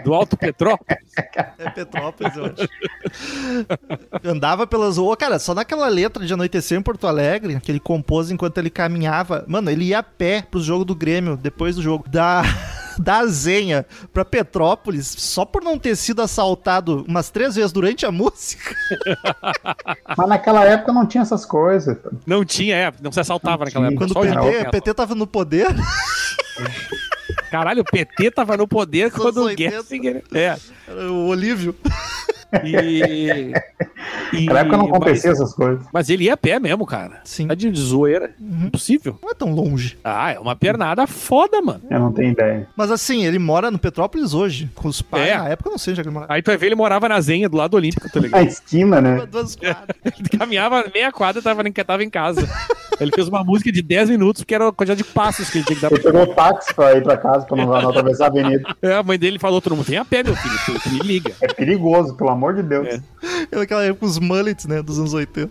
Speaker 2: Do Alto Petrópolis?
Speaker 1: É Petrópolis, eu acho. Andava pelas ruas. Cara, só naquela letra de Anoitecer em Porto Alegre, que ele compôs enquanto ele caminhava. Mano, ele ia a pé pro jogo do Grêmio, depois do jogo. Da. Da Zenha pra Petrópolis, só por não ter sido assaltado umas três vezes durante a música.
Speaker 3: Mas naquela época não tinha essas coisas.
Speaker 2: Não tinha, é, não se assaltava naquela época.
Speaker 1: Quando
Speaker 2: só
Speaker 1: o
Speaker 2: hoje em
Speaker 1: PT,
Speaker 2: dia.
Speaker 1: PT tava no poder.
Speaker 2: Caralho, o PT tava no poder
Speaker 1: Nos
Speaker 2: quando o
Speaker 1: 80.
Speaker 2: Gessinger... É,
Speaker 1: era O Olívio.
Speaker 2: e... e-
Speaker 3: Naquela época não acontecia
Speaker 2: Mas,
Speaker 3: essas coisas.
Speaker 2: mas ele ia a pé mesmo, cara.
Speaker 1: Sim.
Speaker 2: Tá de zoeira.
Speaker 3: Uhum.
Speaker 2: Impossível.
Speaker 1: Não é tão longe.
Speaker 2: Ah, é uma pernada foda, mano.
Speaker 3: Eu não tenho ideia.
Speaker 1: Mas assim, ele mora no Petrópolis hoje, com os pais.
Speaker 2: É.
Speaker 1: Na época eu não sei onde é que ele morava.
Speaker 2: Aí tu vai ver, ele morava na Zenha, do lado olímpico, tá ligado?
Speaker 3: Na esquina, né?
Speaker 1: Duas quadras.
Speaker 2: Ele caminhava meia quadra, tava, em- tava em casa. Ele fez uma música de 10 minutos, porque era a quantidade de passos que ele tinha que dar
Speaker 3: Ele
Speaker 2: pra...
Speaker 3: pegou táxi pra ir pra casa, pra não, não atravessar a avenida.
Speaker 2: É, a mãe dele falou, tu não tem a pé, meu filho, tu, tu me liga.
Speaker 3: É perigoso, pelo amor de Deus.
Speaker 1: É Aquela época com os mullets, né? Dos anos 80.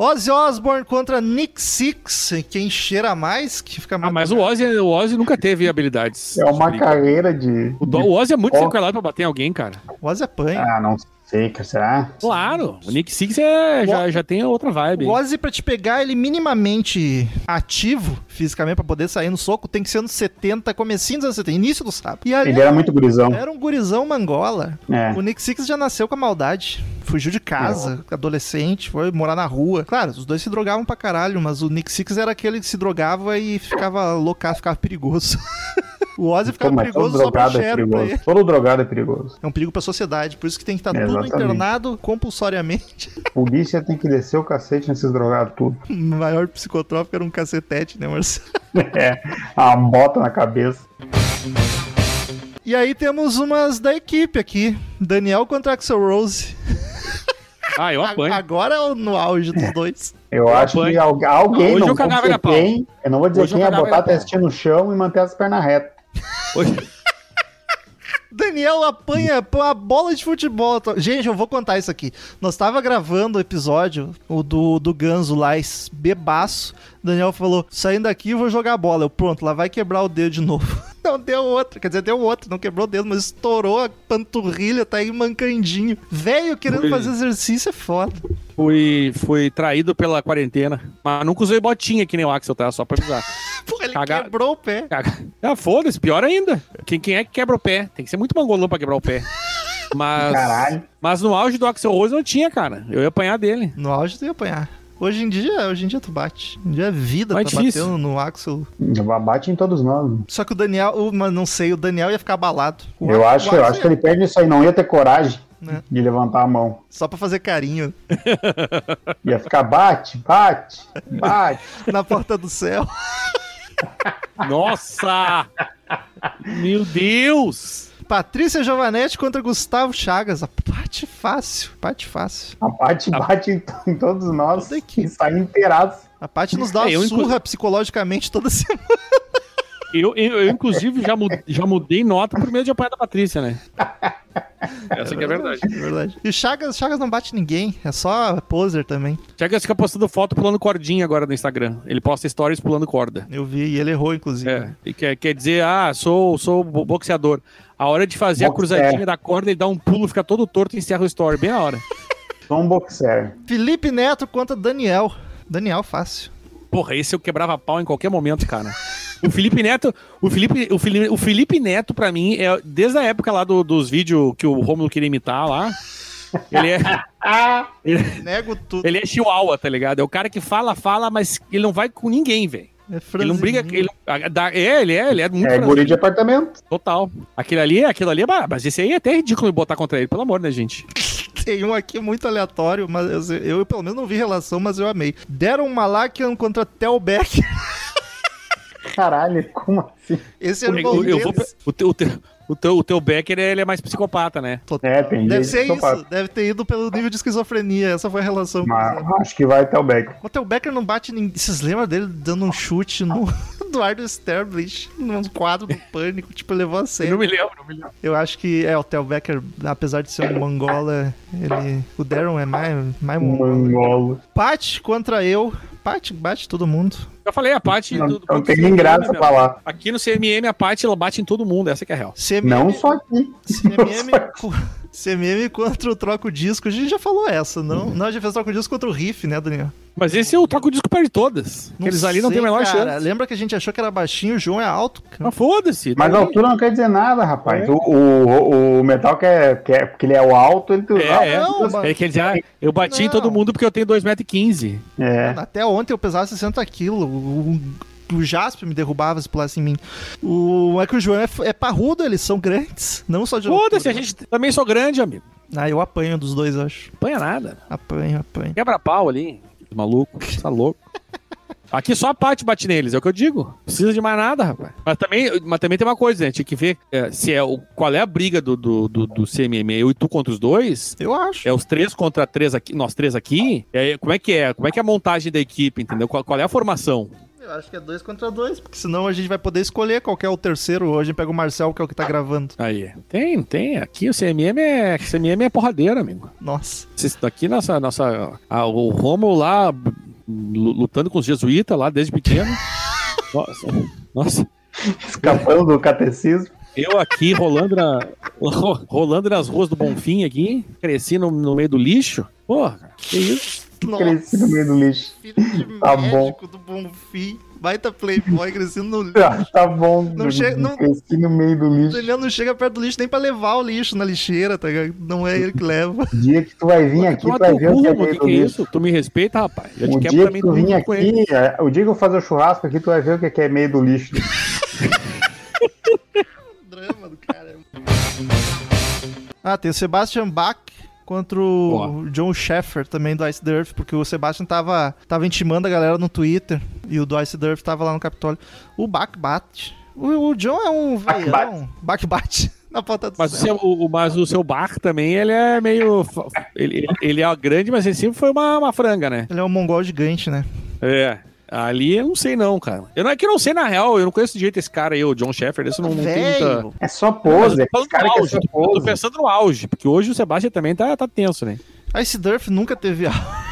Speaker 1: Ozzy Osbourne contra Nick Six. Quem cheira mais, que fica mais.
Speaker 2: Ah, mas o Ozzy, o Ozzy nunca teve habilidades.
Speaker 3: É uma
Speaker 2: de-
Speaker 3: carreira de.
Speaker 2: O, Do- o Ozzy é muito
Speaker 3: Ó.
Speaker 2: sequelado pra bater em alguém, cara.
Speaker 1: O Ozzy apanha.
Speaker 3: Ah, não sei, cara, será?
Speaker 2: Claro, o Nick Six é, já, já tem outra vibe.
Speaker 1: O Ozzy, pra te pegar ele minimamente ativo fisicamente, pra poder sair no soco, tem que ser nos 70, comecinho dos anos 70, início do sábado. E ali
Speaker 3: Ele era muito gurizão.
Speaker 1: era um gurizão mangola.
Speaker 3: É.
Speaker 1: O Nick Six já nasceu com a maldade. Fugiu de casa, adolescente, foi morar na rua. Claro, os dois se drogavam pra caralho, mas o Nick Six era aquele que se drogava e ficava loucado, ficava perigoso. o Ozzy ficava
Speaker 3: Pô, mas todo
Speaker 1: perigoso só pra
Speaker 3: drogado é
Speaker 1: cheiro pra ele.
Speaker 3: perigoso. Todo drogado é perigoso.
Speaker 1: É um perigo pra sociedade, por isso que tem que estar tudo
Speaker 3: Exatamente.
Speaker 1: internado compulsoriamente.
Speaker 3: Polícia tem que descer o cacete nesses drogados tudo.
Speaker 1: o maior psicotrópico era um cacetete, né, Marcelo?
Speaker 3: É, a bota na cabeça.
Speaker 1: E aí temos umas da equipe aqui. Daniel contra Axel Rose.
Speaker 2: Ah, eu
Speaker 1: A-
Speaker 2: apanho.
Speaker 1: Agora é o- no auge dos dois.
Speaker 3: Eu acho que
Speaker 2: apanho.
Speaker 3: algu- alguém
Speaker 2: Hoje
Speaker 3: não,
Speaker 2: eu cagava
Speaker 3: dizer
Speaker 2: na pau.
Speaker 3: quem, eu não vou dizer
Speaker 2: Hoje eu
Speaker 3: quem, é
Speaker 2: cagava
Speaker 3: botar
Speaker 2: na
Speaker 3: a
Speaker 2: pau.
Speaker 3: testinha no chão e manter as pernas retas.
Speaker 2: Hoje-
Speaker 1: Daniel apanha pô, a bola de futebol. Tô- Gente, eu vou contar isso aqui. Nós tava gravando o episódio o do, do Ganso lá, es- bebaço. Daniel falou: saindo daqui, eu vou jogar bola. Eu, pronto, lá vai quebrar o dedo de novo. Não deu outro, quer dizer, deu outro, não quebrou o dedo, mas estourou a panturrilha, tá aí mancandinho. Velho querendo
Speaker 2: Ui.
Speaker 1: fazer exercício é foda.
Speaker 2: Fui, fui traído pela quarentena. Mas nunca usei botinha que nem o Axel, tá? Só pra avisar.
Speaker 1: Pô, ele
Speaker 2: Cagar-
Speaker 1: quebrou o pé.
Speaker 2: Caga- Ah, foda-se, pior ainda. Quem, quem é que quebra o pé? Tem que ser muito mangolão pra quebrar o pé. Mas,
Speaker 3: Caralho.
Speaker 2: mas no auge do Axel Rose não tinha, cara. Eu ia apanhar dele.
Speaker 1: No auge tu ia apanhar. Hoje em dia, hoje em dia tu bate. Hoje em dia é vida,
Speaker 2: Mas
Speaker 1: tá
Speaker 2: difícil.
Speaker 1: batendo no Axel.
Speaker 3: Bate em todos nós. né?
Speaker 1: Só que o Daniel, o- mas não sei, o Daniel ia ficar abalado. O
Speaker 3: Eu
Speaker 1: Axel-
Speaker 3: acho,
Speaker 1: o Axel
Speaker 3: eu
Speaker 2: é
Speaker 3: acho que ele perde isso aí, não ia ter coragem
Speaker 1: Né.
Speaker 3: de levantar a mão.
Speaker 1: Só pra fazer carinho
Speaker 3: Ia ficar bate, bate, bate.
Speaker 1: na porta do céu.
Speaker 2: Nossa! Meu Deus!
Speaker 1: Patrícia Giovanetti contra Gustavo Chagas. A parte fácil, parte fácil.
Speaker 3: A bate, bate em to- em todos nós.
Speaker 1: Toda equipe.
Speaker 3: E sai inteiraço.
Speaker 1: A parte nos dá uma
Speaker 2: É, eu,
Speaker 1: surra
Speaker 2: inclusive-
Speaker 1: psicologicamente toda semana.
Speaker 2: Eu, eu, eu, inclusive, já, mudei, já mudei nota por medo de apanhar da Patrícia, né? Essa que é a verdade.
Speaker 1: É verdade. E o Chagas, Chagas não bate ninguém, é só poser também.
Speaker 2: Já que ele fica postando foto pulando cordinha agora no Instagram. Ele posta stories pulando corda.
Speaker 1: Eu vi, e ele errou, inclusive.
Speaker 2: É, e quer, quer dizer, ah, sou, sou bo- boxeador. A hora de fazer a
Speaker 3: Boxer.
Speaker 2: cruzadinha da corda, ele dá um pulo, fica todo torto e encerra o story, bem na hora.
Speaker 3: Sou um boxer.
Speaker 1: Felipe Neto contra Daniel. Daniel, fácil.
Speaker 2: Porra, esse eu quebrava pau em qualquer momento, cara. O Felipe Neto, o Felipe, o Felipe, o Felipe Neto, pra mim, é desde a época lá do- dos vídeos que o Romulo queria imitar lá. Ele é,
Speaker 1: Nego tudo.
Speaker 2: ele é chihuahua, tá ligado? É o cara que fala, fala, mas ele não vai com ninguém, velho.
Speaker 1: É
Speaker 2: Ele não briga.
Speaker 1: franzininho.
Speaker 2: Ele, não- dá- é, ele é, ele é muito
Speaker 3: É
Speaker 2: franzino.
Speaker 3: guri de apartamento.
Speaker 2: Total. Aquilo ali, aquilo ali é. bar- Mas esse aí é até ridículo botar contra ele, pelo amor, né, gente?
Speaker 1: Tem um aqui muito aleatório, mas eu, eu pelo menos não vi relação, mas eu amei. Deram Malakian contra Telbeck.
Speaker 3: Caralho, como assim?
Speaker 1: Esse
Speaker 2: Eu,
Speaker 1: era o bom
Speaker 2: eu vou,
Speaker 1: deles.
Speaker 2: o, teu, o, teu, o, teu, o teu Becker, ele é mais psicopata, né?
Speaker 3: É, tem
Speaker 1: Deve
Speaker 3: gente
Speaker 1: ser
Speaker 3: que só
Speaker 1: isso,
Speaker 3: faz.
Speaker 1: deve ter ido pelo nível de esquizofrenia. Essa foi a relação.
Speaker 3: Mas acho que vai até o Beck.
Speaker 1: é O Telbecker não bate ninguém. Vocês lembram dele dando um chute no Eduardo Sterblich, num quadro do pânico? Tipo, levou a
Speaker 2: Eu não
Speaker 1: sério.
Speaker 2: me lembro, não me lembro.
Speaker 1: Eu acho que é, o Telbecker, apesar de ser um
Speaker 3: Hum.
Speaker 1: Mongola, ele. O Darren é mais, mais Mongola.
Speaker 3: Mangolo.
Speaker 1: Pat contra eu. Paty bate todo mundo.
Speaker 2: Eu falei, a Paty.
Speaker 3: Não,
Speaker 2: do- do-
Speaker 3: não
Speaker 2: do- né,
Speaker 3: tem nem graça
Speaker 2: meu.
Speaker 3: falar.
Speaker 2: Aqui no CMM, a Paty ela bate em todo mundo, essa que é a real.
Speaker 1: CMM,
Speaker 3: Não só aqui.
Speaker 2: é
Speaker 1: CMM, co- CMM contra o troco disco. A gente já falou essa,
Speaker 3: Hum.
Speaker 1: não? Não, a gente fez troco disco contra o Riff, né, Daniel?
Speaker 2: Mas esse eu troco o disco para de todas.
Speaker 1: Não
Speaker 2: Aqueles ali não tem
Speaker 1: sei,
Speaker 2: a menor
Speaker 1: cara.
Speaker 2: chance.
Speaker 1: Lembra que a gente achou que era baixinho, o João é alto. cara.
Speaker 2: Mas foda-se. né?
Speaker 3: Mas a
Speaker 2: não-
Speaker 3: altura não quer dizer nada, rapaz. O, o, o metal quer, quer. Porque ele é o alto, ele.
Speaker 2: É, é.
Speaker 1: não, mas-
Speaker 2: Ele quer dizer, ah, eu bati em
Speaker 1: Não.
Speaker 2: todo mundo porque eu tenho 2,15m.
Speaker 3: É.
Speaker 1: Até ontem eu pesava 60 quilos. O, o, o Jasper me derrubava se pulasse em mim. O, é que o João é, f- é parrudo, eles são grandes. Não só de altura. né?
Speaker 2: Foda-se, a gente também sou grande, amigo.
Speaker 1: Ah, eu apanho dos dois, eu acho.
Speaker 2: Apanha nada.
Speaker 1: Apanho, apanho.
Speaker 2: Quebra pau ali. Maluco, tá louco. Aqui só a Paty bate neles, é o que eu digo. Não Precisa de mais nada, rapaz. Mas também, mas também tem uma coisa, né? Tinha que ver é, se é o, qual é a briga do, do, do, do CMM. é Eu e tu contra os dois,
Speaker 1: Eu acho.
Speaker 2: É os três contra três aqui, nós três aqui. E aí, como é que é? Como é que é a montagem da equipe, entendeu? Qual, qual é a formação?
Speaker 1: Eu acho que é dois contra dois, porque senão a gente vai poder escolher qual que é o terceiro. Hoje a gente pega o Marcel, que é o que tá gravando.
Speaker 2: Aí, tem, tem. Aqui o CMM é, CMM é porradeira, amigo.
Speaker 1: Nossa.
Speaker 2: Esse- Aqui nossa, nossa, a- o Romulo lá b- lu- lutando com os jesuítas lá desde pequeno. Nossa, nossa.
Speaker 3: Escapando do catecismo.
Speaker 2: Eu aqui rolando, na- ro- rolando nas ruas do Bonfim aqui, cresci no, no meio do lixo. Porra, cara, que isso?
Speaker 3: Cresci no meio do lixo.
Speaker 1: filho de
Speaker 3: Tá
Speaker 1: médico do Bonfim. Baita playboy crescendo no lixo.
Speaker 3: Ah, tá bom.
Speaker 1: Não chega- não-
Speaker 3: Cresci no meio do
Speaker 1: O
Speaker 3: lixo.
Speaker 1: Daniel não chega perto do lixo nem pra levar o lixo na lixeira, tá ligado? Não é ele que leva.
Speaker 3: O dia que tu vai vir aqui, tu
Speaker 2: Toma
Speaker 3: vai
Speaker 2: teu
Speaker 3: ver o
Speaker 2: rumo,
Speaker 3: que é
Speaker 2: o
Speaker 3: meio
Speaker 2: que,
Speaker 3: do
Speaker 2: que é
Speaker 3: lixo.
Speaker 2: isso? Tu me respeita, rapaz. Eu
Speaker 3: O
Speaker 2: te quebro
Speaker 3: dia que
Speaker 2: também
Speaker 3: tu vir
Speaker 2: tudo com ele.
Speaker 3: aqui, é, o dia que eu fazer o churrasco aqui, tu vai ver o que que é meio do lixo.
Speaker 1: drama do cara. Ah, tem o Sebastian Bach contra o John Sheffer também do Ice Durf, porque o Sebastian tava, tava intimando a galera no Twitter e o do Ice Durf tava lá no Capitólio. O Bach bate. O, o John é um
Speaker 3: Bach
Speaker 1: veião. Bach bate na ponta do
Speaker 2: Mas o,
Speaker 1: céu.
Speaker 2: seu, o, o- mas o seu bar também, ele é meio. fa- Ele, ele- ele é grande, mas ele sempre foi uma, uma franga, né?
Speaker 1: Ele é um mongol gigante, né?
Speaker 2: É. Ali eu não sei, não, cara. Eu não é que eu não sei, na real, eu não conheço direito esse cara aí, o John Sheffer. Esse eu não, não tem muita.
Speaker 1: Velho,
Speaker 3: É só
Speaker 2: Mas
Speaker 3: pose.
Speaker 2: eu
Speaker 3: É
Speaker 2: tô falando
Speaker 3: esse cara
Speaker 2: no
Speaker 3: que é
Speaker 2: auge,
Speaker 3: só
Speaker 2: eu tô
Speaker 3: pose.
Speaker 2: pensando no auge, porque hoje o Sebastião também tá, tá tenso, né?
Speaker 1: Ice Durf nunca teve algo.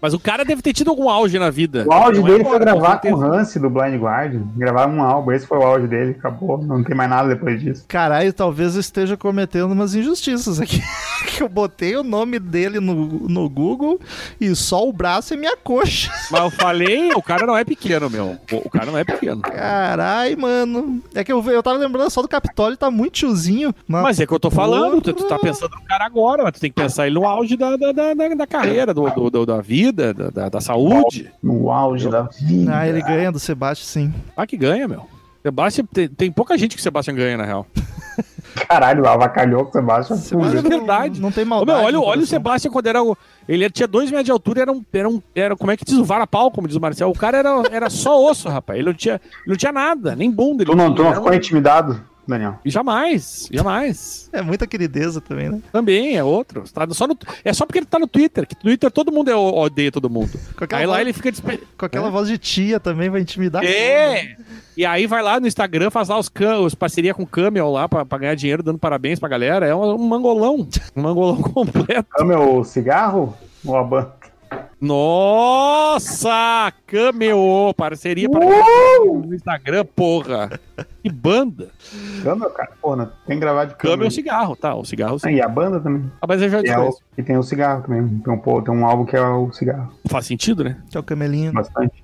Speaker 2: Mas o cara deve ter tido algum auge na vida.
Speaker 3: O auge
Speaker 2: Não é
Speaker 3: dele foi
Speaker 2: agora,
Speaker 3: gravar com
Speaker 2: certeza.
Speaker 3: o Hanse do Blind Guardian. Gravaram um álbum, esse foi o auge dele, acabou. Não tem mais nada depois disso.
Speaker 1: Caralho, talvez eu esteja cometendo umas injustiças aqui. que eu botei o nome dele no, no Google e só o braço é minha coxa.
Speaker 2: Mas eu falei, o cara não é pequeno, meu. O, o cara não é pequeno.
Speaker 1: Carai, mano. É que eu, eu tava lembrando só do Capitólio, tá muito tiozinho. Mas,
Speaker 2: Mas é que eu tô falando, tu, tu tá pensando no cara agora, mas tu tem que pensar ele no auge da, da, da, da- da carreira, do, do- do- da vida, da, da- da saúde.
Speaker 3: No auge da vida.
Speaker 1: Ah,
Speaker 2: é.
Speaker 1: ele ganha do Sebastião, sim.
Speaker 2: Ah, que ganha, meu. Sebastião, tem, tem pouca gente que o Sebastião ganha, na real.
Speaker 3: Caralho, avacalhou com o Sebastião.
Speaker 1: Mas
Speaker 2: é
Speaker 1: não-
Speaker 2: verdade.
Speaker 1: Não, tem
Speaker 2: Ô,
Speaker 1: maldade.
Speaker 2: meu, olha,
Speaker 1: no
Speaker 2: olha o
Speaker 1: coração.
Speaker 2: Sebastião quando era. o- Ele era- tinha dois metros de altura, era um, era um. Era Como é que diz o varapau, como diz o Marcel? O cara era, era só osso, rapaz. Ele não tinha, ele não tinha nada, nem bunda. Ele
Speaker 3: Tu não, tu não
Speaker 2: era um-
Speaker 3: ficou intimidado, Daniel?
Speaker 2: Jamais, jamais.
Speaker 1: É muita querideza também, né?
Speaker 2: Também é outro. Tá só no- é só porque ele tá no Twitter, que Twitter todo mundo é, odeia todo mundo.
Speaker 1: Com aquela,
Speaker 2: Aí lá
Speaker 1: voz,
Speaker 2: ele fica despe...
Speaker 1: com aquela voz de tia também vai intimidar.
Speaker 2: É! E aí vai lá no Instagram, faz lá os, cam- os parceria com o Camel lá pra, pra ganhar dinheiro, dando parabéns pra galera. É um, um mangolão. Um mangolão completo.
Speaker 3: É o meu cigarro ou a banda?
Speaker 2: Nossa! Cameo! Parceria pra
Speaker 3: Uh!
Speaker 2: no Instagram, porra! Que banda!
Speaker 3: Câmera, cara? Pô, não tem que gravar de
Speaker 2: Camel é
Speaker 3: câmera.
Speaker 2: o cigarro, tá? O cigarro
Speaker 3: Ah,
Speaker 2: sim.
Speaker 3: e a banda também.
Speaker 2: Ah, mas eu já
Speaker 3: E, é o-
Speaker 2: desconheço.
Speaker 3: e tem o cigarro também. Tem um, pô, tem um álbum que é o cigarro.
Speaker 2: Faz sentido, né?
Speaker 1: Que é o camelinho.
Speaker 3: Bastante.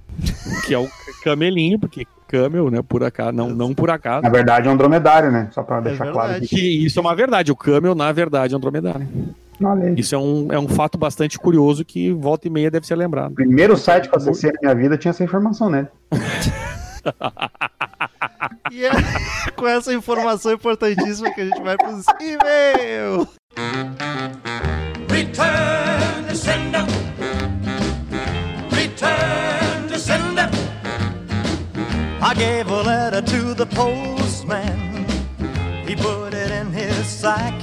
Speaker 2: Que é o camelinho, porque Camel, né? Por acaso, não, não por acaso.
Speaker 3: Na verdade, é um dromedário, né? Só pra deixar
Speaker 1: verdade.
Speaker 3: claro. aqui.
Speaker 2: Que isso é uma verdade. O Camel, na verdade, é um dromedário.
Speaker 3: Olha aí.
Speaker 2: Isso é um, é um fato bastante curioso que volta e meia deve ser lembrado.
Speaker 3: Primeiro site que eu acessei na minha vida tinha essa informação, né?
Speaker 1: E é com essa informação importantíssima que a gente vai pros e-mails.
Speaker 4: Return to sender. Return to sender. I gave a letter to the postman. He put it in his sack.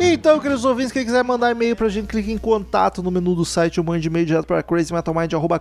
Speaker 1: Então, queridos ouvintes, quem quiser mandar e-mail pra gente, clique em contato no menu do site ou mande e-mail direto pra crazymetalmind, arroba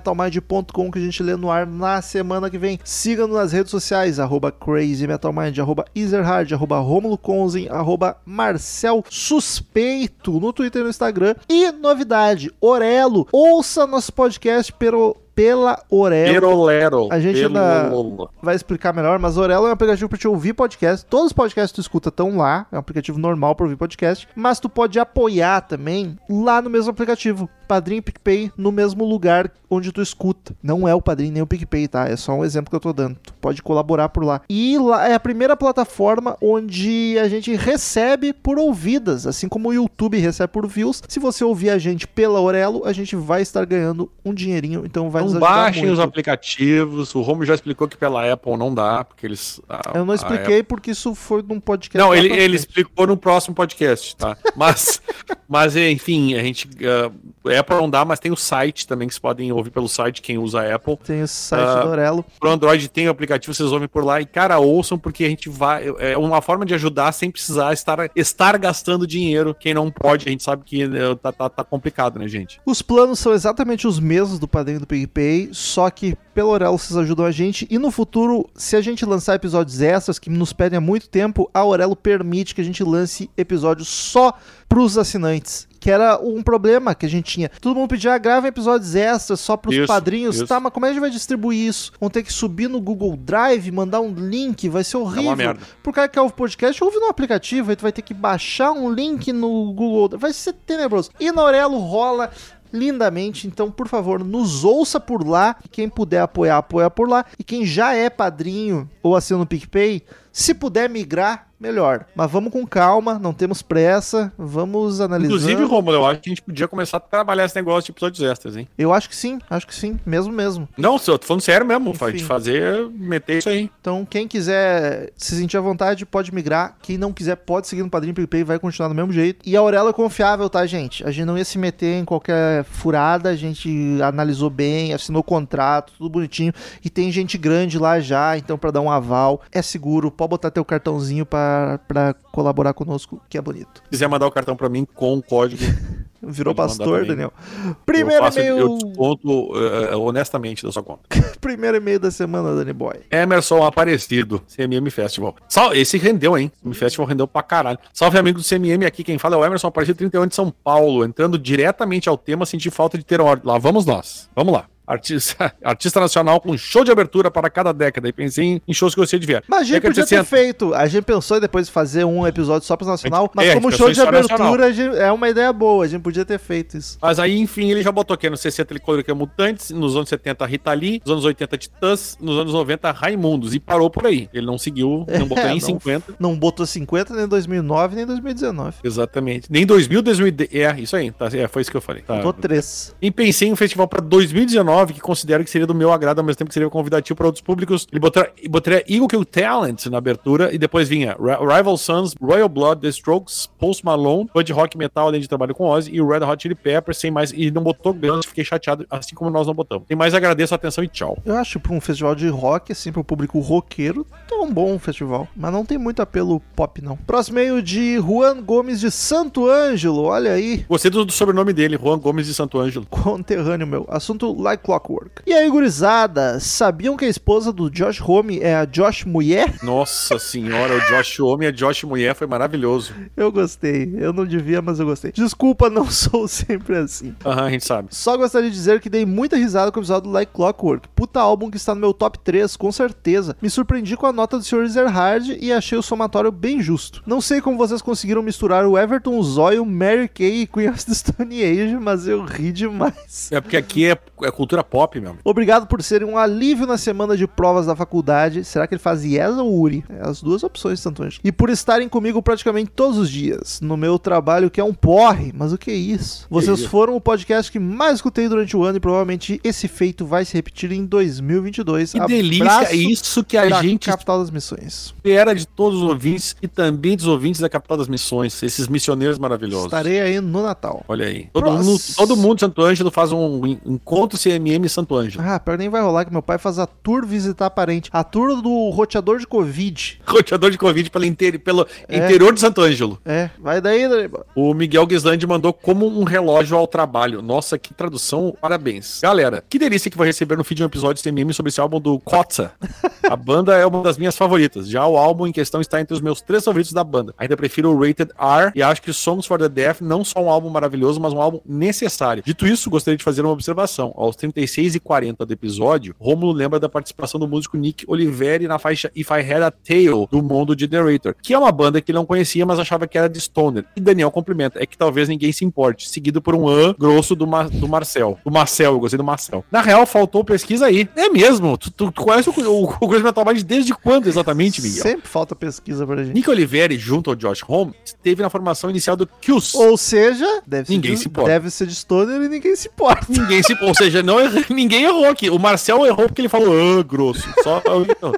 Speaker 1: crazymetalmind.com que a gente lê no ar na semana que vem. Siga-nos nas redes sociais, arroba crazymetalmind, arroba ezerhard, arroba romulo conzen, arroba marcel suspeito no Twitter e no Instagram. E novidade, Orelo, ouça nosso podcast pelo... Pela Orelo.
Speaker 2: Perolero.
Speaker 1: É A gente
Speaker 2: Pelo-
Speaker 1: ainda- vai explicar melhor, mas Orelo é um aplicativo pra te ouvir podcast. Todos os podcasts que tu escuta estão lá, é um aplicativo normal pra ouvir podcast, mas tu pode apoiar também lá no mesmo aplicativo. Padrim e PicPay no mesmo lugar onde tu escuta. Não é o Padrim nem o PicPay, tá? É só um exemplo que eu tô dando. Tu pode colaborar por lá. E lá é a primeira plataforma onde a gente recebe por ouvidas, assim como o YouTube recebe por views. Se você ouvir a gente pela Orelo, a gente vai estar ganhando um dinheirinho, então vai
Speaker 2: Não
Speaker 1: nos ajudar
Speaker 2: baixem os
Speaker 1: muito.
Speaker 2: aplicativos. O Romo já explicou que pela Apple não dá, porque eles. a-
Speaker 1: Eu não
Speaker 2: a
Speaker 1: expliquei porque isso foi num podcast.
Speaker 2: Ah, é. Não,
Speaker 1: lá
Speaker 2: ele,
Speaker 1: pra
Speaker 2: ele
Speaker 1: frente.
Speaker 2: explicou no próximo podcast, tá? Mas, mas enfim, a gente. ah, Apple não dá, mas tem o site também que vocês podem ouvir pelo site, quem usa Apple.
Speaker 1: Tem o site
Speaker 2: Ah.
Speaker 1: do Orelo.
Speaker 2: Pro Android tem o aplicativo, vocês ouvem por lá. E, cara, ouçam, porque a gente vai. É uma forma de ajudar sem precisar estar, estar gastando dinheiro. Quem não pode, a gente sabe que eh, tá, tá- tá complicado, né, gente?
Speaker 1: Os planos são exatamente os mesmos do Padrinho e do PicPay, só que pelo Orelo vocês ajudam a gente. E no futuro, se a gente lançar episódios extras, que nos pedem há muito tempo, a Orelo permite que a gente lance episódios só pros assinantes. Que era um problema que a gente tinha. Todo mundo pedia, ah, grava episódios extras só pros
Speaker 2: Isso,
Speaker 1: padrinhos.
Speaker 2: isso.
Speaker 1: Tá, mas como é que a gente vai distribuir isso? Vão ter que subir no Google Drive, mandar um link, vai ser
Speaker 2: É
Speaker 1: horrível.
Speaker 2: uma merda.
Speaker 1: Por cara que ouve podcast, ouve no aplicativo, aí tu vai ter que baixar um link no Google. Vai ser tenebroso. E na Aurelo rola lindamente, então por favor, nos ouça por lá. Quem puder apoiar, apoia por lá. E quem já é padrinho ou assina no PicPay, se puder migrar, melhor. Mas vamos com calma, não temos pressa, vamos analisando.
Speaker 2: Inclusive, Romulo, eu acho que a gente podia começar a trabalhar esse negócio de episódios extras, hein?
Speaker 1: eu acho que sim, acho que sim, mesmo mesmo.
Speaker 2: Não, se eu tô falando sério mesmo, fa-
Speaker 1: Enfim.
Speaker 2: de fazer, meter isso aí.
Speaker 1: Então, quem quiser se sentir à vontade, pode migrar. Quem não quiser, pode seguir no Padrinho PicPay, vai continuar do mesmo jeito. E a Aurela é confiável, tá, gente? A gente não ia se meter em qualquer furada, a gente analisou bem, assinou o contrato, tudo bonitinho. E tem gente grande lá já, então pra dar um aval, é seguro. Pode botar teu cartãozinho pra, pra colaborar conosco, que é bonito.
Speaker 2: Se quiser mandar o cartão pra mim com o código.
Speaker 1: Virou
Speaker 2: Pode mandar
Speaker 1: pastor,
Speaker 2: também.
Speaker 1: Daniel. Primeiro
Speaker 2: eu faço,
Speaker 1: e-mail,
Speaker 2: Eu desconto eh, honestamente da sua conta.
Speaker 1: primeiro e-mail da semana, Dani Boy.
Speaker 2: Emerson Aparecido, CMM Festival. Sal, esse rendeu, hein? O Festival rendeu pra caralho. Salve, amigo do CMM. Aqui quem fala é o Emerson Aparecido, 31 de São Paulo. Entrando diretamente ao tema, senti falta de ter ordem. Lá vamos nós. Vamos lá. Artista, artista nacional com show de abertura para cada década. E pensei em, em shows É que eu sei de ver.
Speaker 1: Mas a gente
Speaker 2: Década de
Speaker 1: podia ter
Speaker 2: 60.
Speaker 1: feito. A gente pensou em depois fazer um episódio só pro Nacional, mas
Speaker 2: é, a gente
Speaker 1: como show
Speaker 2: pensou
Speaker 1: de
Speaker 2: em só
Speaker 1: abertura
Speaker 2: nacional.
Speaker 1: a gente- é uma ideia boa, a gente podia ter feito isso.
Speaker 2: Mas aí, enfim, ele já botou que nos 60 ele colocou Mutantes, nos anos 70 Rita Lee, nos anos 80 Titãs, nos anos 90 Raimundos e parou por aí. Ele não seguiu, não botou
Speaker 1: É,
Speaker 2: nem
Speaker 1: não.
Speaker 2: 50.
Speaker 1: Não botou 50 nem 2009 nem 2019.
Speaker 2: Exatamente. Nem 2000, 2010. É, isso aí. Tá, é, foi isso que eu falei. Tá.
Speaker 1: Botou 3.
Speaker 2: E pensei em um festival para 2019 que considero que seria do meu agrado, ao mesmo tempo que seria convidativo para outros públicos. Ele botar- e botaria Eagle Kill Talent na abertura e depois vinha Ra- Rival Sons, Royal Blood, The Strokes, Post Malone, Bud Rock Metal, além de trabalho com Ozzy, e o Red Hot Chili Peppers, sem mais. E não botou Guns, fiquei chateado, assim como nós não botamos. Tem mais, agradeço a atenção e tchau.
Speaker 1: Eu acho pra um festival de rock, assim, pro público roqueiro, tão bom um festival. Mas não tem muito apelo pop, não. Próximo e-mail de Juan Gomes de Santo Ângelo. Olha aí.
Speaker 2: Gostei do, do sobrenome dele, Juan Gomes de Santo Ângelo.
Speaker 1: Conterrâneo meu. Assunto like clockwork. E aí, gurizada, sabiam que a esposa do Josh Home é a Josh Mulher?
Speaker 2: Nossa senhora, o Josh Homem e a Josh Mulher foi maravilhoso.
Speaker 1: Eu gostei. Eu não devia, mas eu gostei. Desculpa, não sou sempre assim.
Speaker 2: Aham, a gente sabe.
Speaker 1: Só gostaria de dizer que dei muita risada com o episódio do Like Clockwork. Puta álbum que está no meu top 3, com certeza. Me surpreendi com a nota do Sr. Zerhard e achei o somatório bem justo. Não sei como vocês conseguiram misturar o Everton Zóio, Mary Kay e Queen of the Stone Age, mas eu ri demais.
Speaker 2: É porque aqui é, é cultura pop mesmo.
Speaker 1: Obrigado por serem um alívio na semana de provas da faculdade. Será que ele faz IES ou URI? É, As duas opções, Santo Anjo. E por estarem comigo praticamente todos os dias. No meu trabalho, que é um porre. Mas o que é isso? Vocês
Speaker 2: isso?
Speaker 1: foram o podcast que mais escutei durante o ano e provavelmente esse feito vai se repetir em 2022.
Speaker 2: Que delícia,
Speaker 1: Abraço
Speaker 2: é isso que a
Speaker 1: da
Speaker 2: gente
Speaker 1: capital das missões.
Speaker 2: espera de todos os ouvintes e também dos ouvintes da Capital das Missões, esses missioneiros maravilhosos.
Speaker 1: Estarei aí no Natal.
Speaker 2: Olha aí. Todo
Speaker 1: Próximo.
Speaker 2: mundo, todo mundo, de Santo Ângelo, faz um en- encontro CMM MM Santo Anjo.
Speaker 1: Ah, pior que nem vai rolar que meu pai faz a tour visitar parente. A tour do roteador de Covid.
Speaker 2: Roteador de Covid pelo, interi- pelo interior de Santo Ângelo.
Speaker 1: É, vai daí, Daniba.
Speaker 2: O Miguel Guislandi mandou como um relógio ao trabalho. Nossa, que tradução, parabéns. Galera, que delícia que vai receber no feed um episódio de MM sobre esse álbum do Kotza. A banda é uma das minhas favoritas. Já o álbum em questão está entre os meus três favoritos da banda. Ainda prefiro o Rated R e acho que Songs for the Deaf não só um álbum maravilhoso, mas um álbum necessário. Dito isso, gostaria de fazer uma observação. Aos 36 e 40 do episódio, Romulo lembra da participação do músico Nick Oliveri na faixa If I Had a Tail do Mundo Generator, que é uma banda que ele não conhecia, mas achava que era de Stoner. E Daniel cumprimenta, é que talvez ninguém se importe, seguido por um an grosso do, Ma- do Marcel. Do Marcel, eu gostei do Marcel. Na real, faltou pesquisa aí. É mesmo, tu, tu conhece o, o, o Coisa Metal Mind desde quando exatamente, Miguel?
Speaker 1: Sempre falta pesquisa pra gente.
Speaker 2: Nick Oliveri, junto ao Josh Holmes, esteve na formação inicial do Kills.
Speaker 1: Ou seja, deve
Speaker 2: Ninguém
Speaker 1: ser, de-
Speaker 2: se importa.
Speaker 1: deve ser de Stoner e ninguém se importa.
Speaker 2: Ninguém se, ou seja, não errou- ninguém errou aqui. O Marcel errou porque ele falou, ah, grosso. Só não.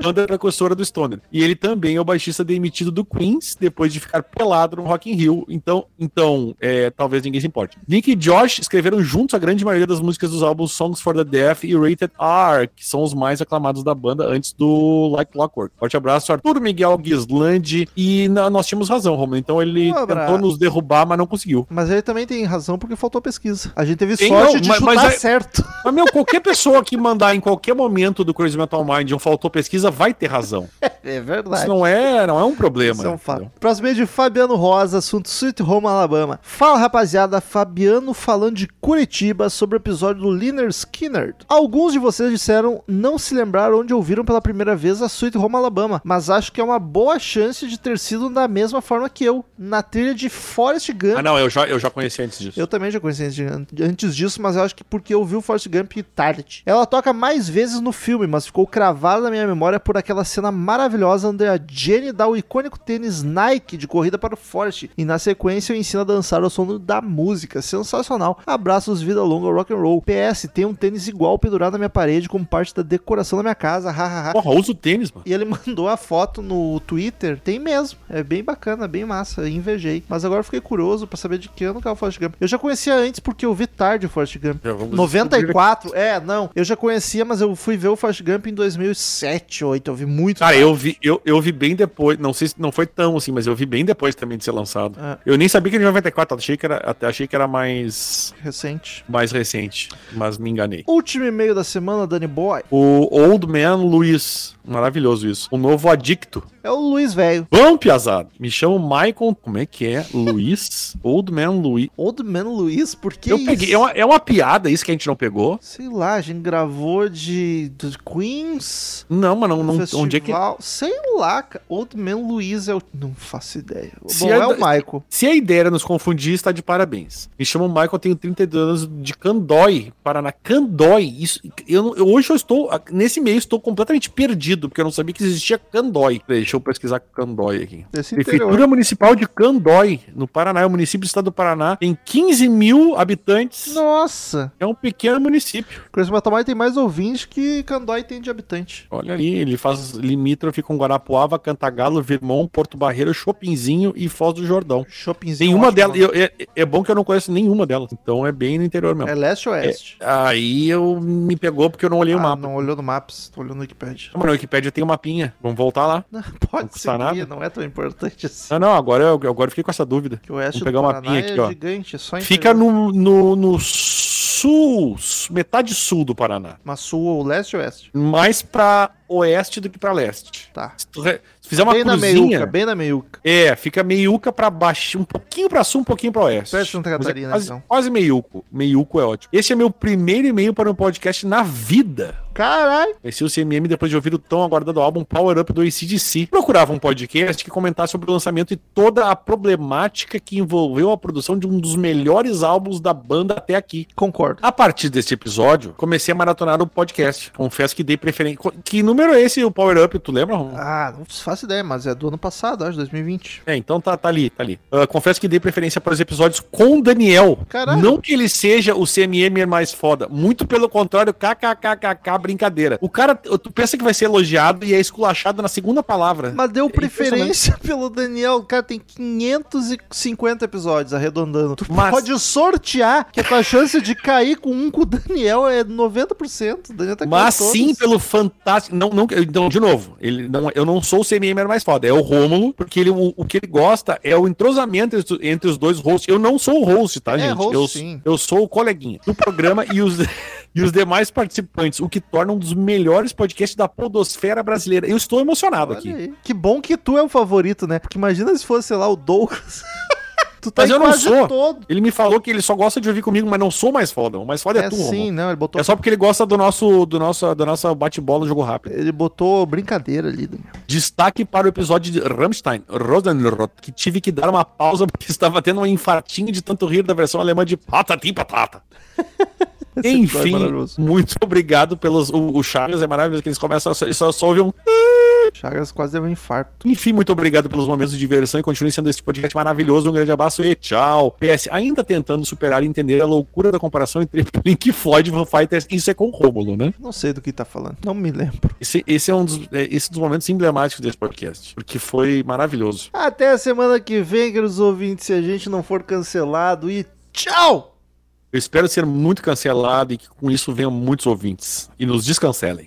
Speaker 2: banda precursora do Stoner. E ele também é o baixista demitido do Queens depois de ficar pelado no Rock in Rio. Então, então é, talvez ninguém se importe. Nick e Josh escreveram juntos a grande maioria das músicas dos álbuns Songs for the Deaf e Rated R, que são os mais aclamados da banda antes do Like Clockwork. Forte abraço, Arthur Miguel Guislandi. E na- nós tínhamos razão, Romulo. Então ele
Speaker 1: Um abraço.
Speaker 2: tentou nos derrubar, mas não conseguiu.
Speaker 1: Mas ele também tem razão porque faltou pesquisa. A gente teve
Speaker 2: Tem,
Speaker 1: sorte
Speaker 2: não,
Speaker 1: de
Speaker 2: mas-
Speaker 1: chutar
Speaker 2: mas é-
Speaker 1: certo.
Speaker 2: Mas, meu, qualquer pessoa que mandar em qualquer momento do Crazy Metal Mind um faltou pesquisa vai ter razão.
Speaker 1: É verdade.
Speaker 2: Isso não é, não é um problema.
Speaker 1: Isso é um fato.
Speaker 2: entendeu?
Speaker 1: Próximo é de Fabiano Rosa, assunto Sweet Home, Alabama. Fala, rapaziada. Fabiano falando de Curitiba sobre o episódio do Liner Skinner. Alguns de vocês disseram não se lembrar onde ouviram pela primeira vez a Sweet Home, Alabama, mas acho que é uma boa chance de ter sido da mesma forma que eu, na trilha de Forest Gump.
Speaker 2: Ah, não, eu já, eu já conheci antes disso.
Speaker 1: Eu também já conheci antes de- antes disso, mas eu acho que porque eu vi o Forrest Gump tarde. Ela toca mais vezes no filme, mas ficou cravada na minha memória por aquela cena maravilhosa onde a Jenny dá o icônico tênis Nike de corrida para o Forrest e na sequência o ensina a dançar ao som da música. Sensacional. Abraços, vida longa, rock and roll. PS, tem um tênis igual pendurado na minha parede como parte da decoração da minha casa. Hahaha.
Speaker 2: Porra, usa o tênis, mano.
Speaker 1: E ele mandou a foto no Twitter. Tem mesmo. É bem bacana, bem massa. Invejei. Mas agora eu fiquei curioso pra saber de que ano que é o Forrest Gump. Eu já conhecia antes porque eu vi tarde o Forrest Gump.
Speaker 2: Já vamos
Speaker 1: 94? É, não. Eu já conhecia, mas eu fui ver o Forrest Gump em 2007, 2008. Eu vi muito.
Speaker 2: Cara, Ah, eu vi, eu, eu vi bem depois. Não sei se não foi tão assim, mas eu vi bem depois também de ser lançado.
Speaker 1: É.
Speaker 2: Eu nem sabia que era de 94, achei que era, até achei que era mais,
Speaker 1: Recente.
Speaker 2: mais recente, mas me enganei.
Speaker 1: Último e-mail da semana, Danny Boy.
Speaker 2: O Old Man Luiz. Maravilhoso isso. O novo adicto.
Speaker 1: É o Luiz Velho.
Speaker 2: Bom, piazada. Me chamo Michael. Como é que é? Luiz? Old Man Luiz.
Speaker 1: Old Man Luiz, por que
Speaker 2: eu
Speaker 1: isso?
Speaker 2: peguei. É uma, é uma piada isso que a gente não pegou?
Speaker 1: Sei lá, a gente gravou de, de Queens.
Speaker 2: Não, mas não, não-
Speaker 1: Festival,
Speaker 2: onde é que.
Speaker 1: Sei lá, cara. Old Man Luiz é o. Não faço ideia.
Speaker 2: Se
Speaker 1: Bom,
Speaker 2: é
Speaker 1: é o
Speaker 2: da-
Speaker 1: Michael.
Speaker 2: Se a ideia era nos confundir, está de parabéns. Me chamo Michael, tenho 32 anos de Candói, Paraná. Candói. Isso, eu, não- eu- hoje eu estou, nesse mês, estou completamente perdido, porque eu não sabia que existia Candói. Peraí, Deixa eu pesquisar Candói aqui.
Speaker 1: Desse interior.
Speaker 2: Prefeitura Municipal de Candói, no Paraná. É um município do estado do Paraná. Tem 15 mil habitantes.
Speaker 1: Nossa!
Speaker 2: É um pequeno município.
Speaker 1: Cruz Matamai tem mais ouvintes que Candói tem de habitante.
Speaker 2: Olha aí, ele faz limítrofe com Guarapuava, Cantagalo, Vermont, Porto Barreiro, Chopinzinho e Foz do Jordão.
Speaker 1: Shoppingzinho.
Speaker 2: Nenhuma
Speaker 1: ótimo,
Speaker 2: delas.
Speaker 1: né?
Speaker 2: eu- é, é bom que eu não conheço nenhuma delas. Então é bem no interior mesmo.
Speaker 1: É leste ou oeste?
Speaker 2: Aí eu me pegou porque eu não olhei o
Speaker 1: Ah,
Speaker 2: mapa.
Speaker 1: Não olhou no Maps, tô olhando no Wikipedia.
Speaker 2: Não, mas no Wikipedia tem um mapinha. Vamos voltar lá.
Speaker 1: Não,
Speaker 2: Não
Speaker 1: pode
Speaker 2: custa
Speaker 1: ser, que
Speaker 2: nada.
Speaker 1: não é tão importante assim.
Speaker 2: Ah, não, agora eu, agora eu fiquei com essa dúvida.
Speaker 1: Que o oeste
Speaker 2: Vamos pegar uma pinha aqui, ó.
Speaker 1: é gigante, é só
Speaker 2: Fica
Speaker 1: interior.
Speaker 2: no, no, no sul, metade sul do Paraná.
Speaker 1: Mas sul ou leste ou oeste?
Speaker 2: Mais pra oeste do que pra leste.
Speaker 1: Tá.
Speaker 2: Se, tu re- se fizer uma
Speaker 1: bem na meiuca,
Speaker 2: cruzinha,
Speaker 1: bem na meiuca.
Speaker 2: é, fica meiuca pra baixo, um pouquinho pra sul, um pouquinho pra oeste.
Speaker 1: Perto de Santa
Speaker 2: Mas é
Speaker 1: Catarina,
Speaker 2: quase,
Speaker 1: então.
Speaker 2: Quase meiuco. Meiuco é ótimo. Esse é meu primeiro e-mail para um podcast na vida.
Speaker 1: Caralho!
Speaker 2: Conheci o CMM depois de ouvir o tão aguardado álbum Power Up do ACDC. Procurava um podcast que comentasse sobre o lançamento e toda a problemática que envolveu a produção de um dos melhores álbuns da banda até aqui.
Speaker 1: Concordo.
Speaker 2: A partir deste episódio, comecei a maratonar o podcast. Confesso que dei preferência. Que número número é esse, o Power Up, tu lembra, Romulo?
Speaker 1: Ah, não faço ideia, mas é do ano passado, acho, 2020.
Speaker 2: É, então tá, tá ali, tá ali. Ah, confesso que dei preferência para os episódios com o Daniel.
Speaker 1: Caralho.
Speaker 2: Não que ele seja o CMM mais foda. Muito pelo contrário, kkkk, brincadeira. O cara, tu pensa que vai ser elogiado e é esculachado na segunda palavra.
Speaker 1: Mas deu preferência pelo Daniel. Cara, tem 550 episódios arredondando. Tu
Speaker 2: Mas-
Speaker 1: pode sortear, que a tua chance de cair com um com o Daniel é 90%. O Daniel tá com
Speaker 2: Mas
Speaker 1: todos.
Speaker 2: sim pelo fantástico. Não, não, então, de novo, ele não, eu não sou o CMM mais foda, é o Rômulo, porque ele, o, o que ele gosta é o entrosamento entre, os- entre os dois hosts. Eu não sou o host, tá,
Speaker 1: É,
Speaker 2: gente?
Speaker 1: host,
Speaker 2: eu,
Speaker 1: sim.
Speaker 2: eu sou o coleguinha do programa e os. E os demais participantes, o que torna um dos melhores podcasts da podosfera brasileira. Eu estou emocionado
Speaker 1: Olha
Speaker 2: aqui.
Speaker 1: aí. Que bom que tu é o favorito, né? Porque imagina se fosse, sei lá, o Douglas. tu tá
Speaker 2: Mas
Speaker 1: em
Speaker 2: eu não
Speaker 1: quase
Speaker 2: sou.
Speaker 1: todo.
Speaker 2: Ele me falou que ele só gosta de ouvir comigo, mas não sou mais foda. O mais foda é,
Speaker 1: É
Speaker 2: tu, Rômulo.
Speaker 1: sim, não, ele botou...
Speaker 2: É só porque ele gosta do nosso, do nosso, da nossa bate-bola, jogo rápido.
Speaker 1: Ele botou brincadeira ali, Daniel.
Speaker 2: Destaque para o episódio de Rammstein, Rosenroth, que tive que dar uma pausa porque estava tendo um infartinho de tanto rir da versão alemã de patati patata.
Speaker 1: Esse episódio é
Speaker 2: Enfim,
Speaker 1: maravilhoso.
Speaker 2: muito obrigado pelos. O, o Chagas é maravilhoso que eles começam, a só, só, só ouvem um.
Speaker 1: Chagas quase deu um infarto.
Speaker 2: Enfim, muito obrigado pelos momentos de diversão e continue sendo esse podcast maravilhoso. Um grande abraço e tchau. PS, ainda tentando superar e entender a loucura da comparação entre Pink Floyd e Foo Fighters. Isso é com o Rômulo, né?
Speaker 1: Não sei do que tá falando. Não me lembro.
Speaker 2: Esse, esse é um dos, é, esse é um dos momentos emblemáticos desse podcast, porque foi maravilhoso.
Speaker 1: Até a semana que vem, queridos ouvintes, se a gente não for cancelado. E tchau!
Speaker 2: Eu espero ser muito cancelado e que com isso venham muitos ouvintes e nos descancelem.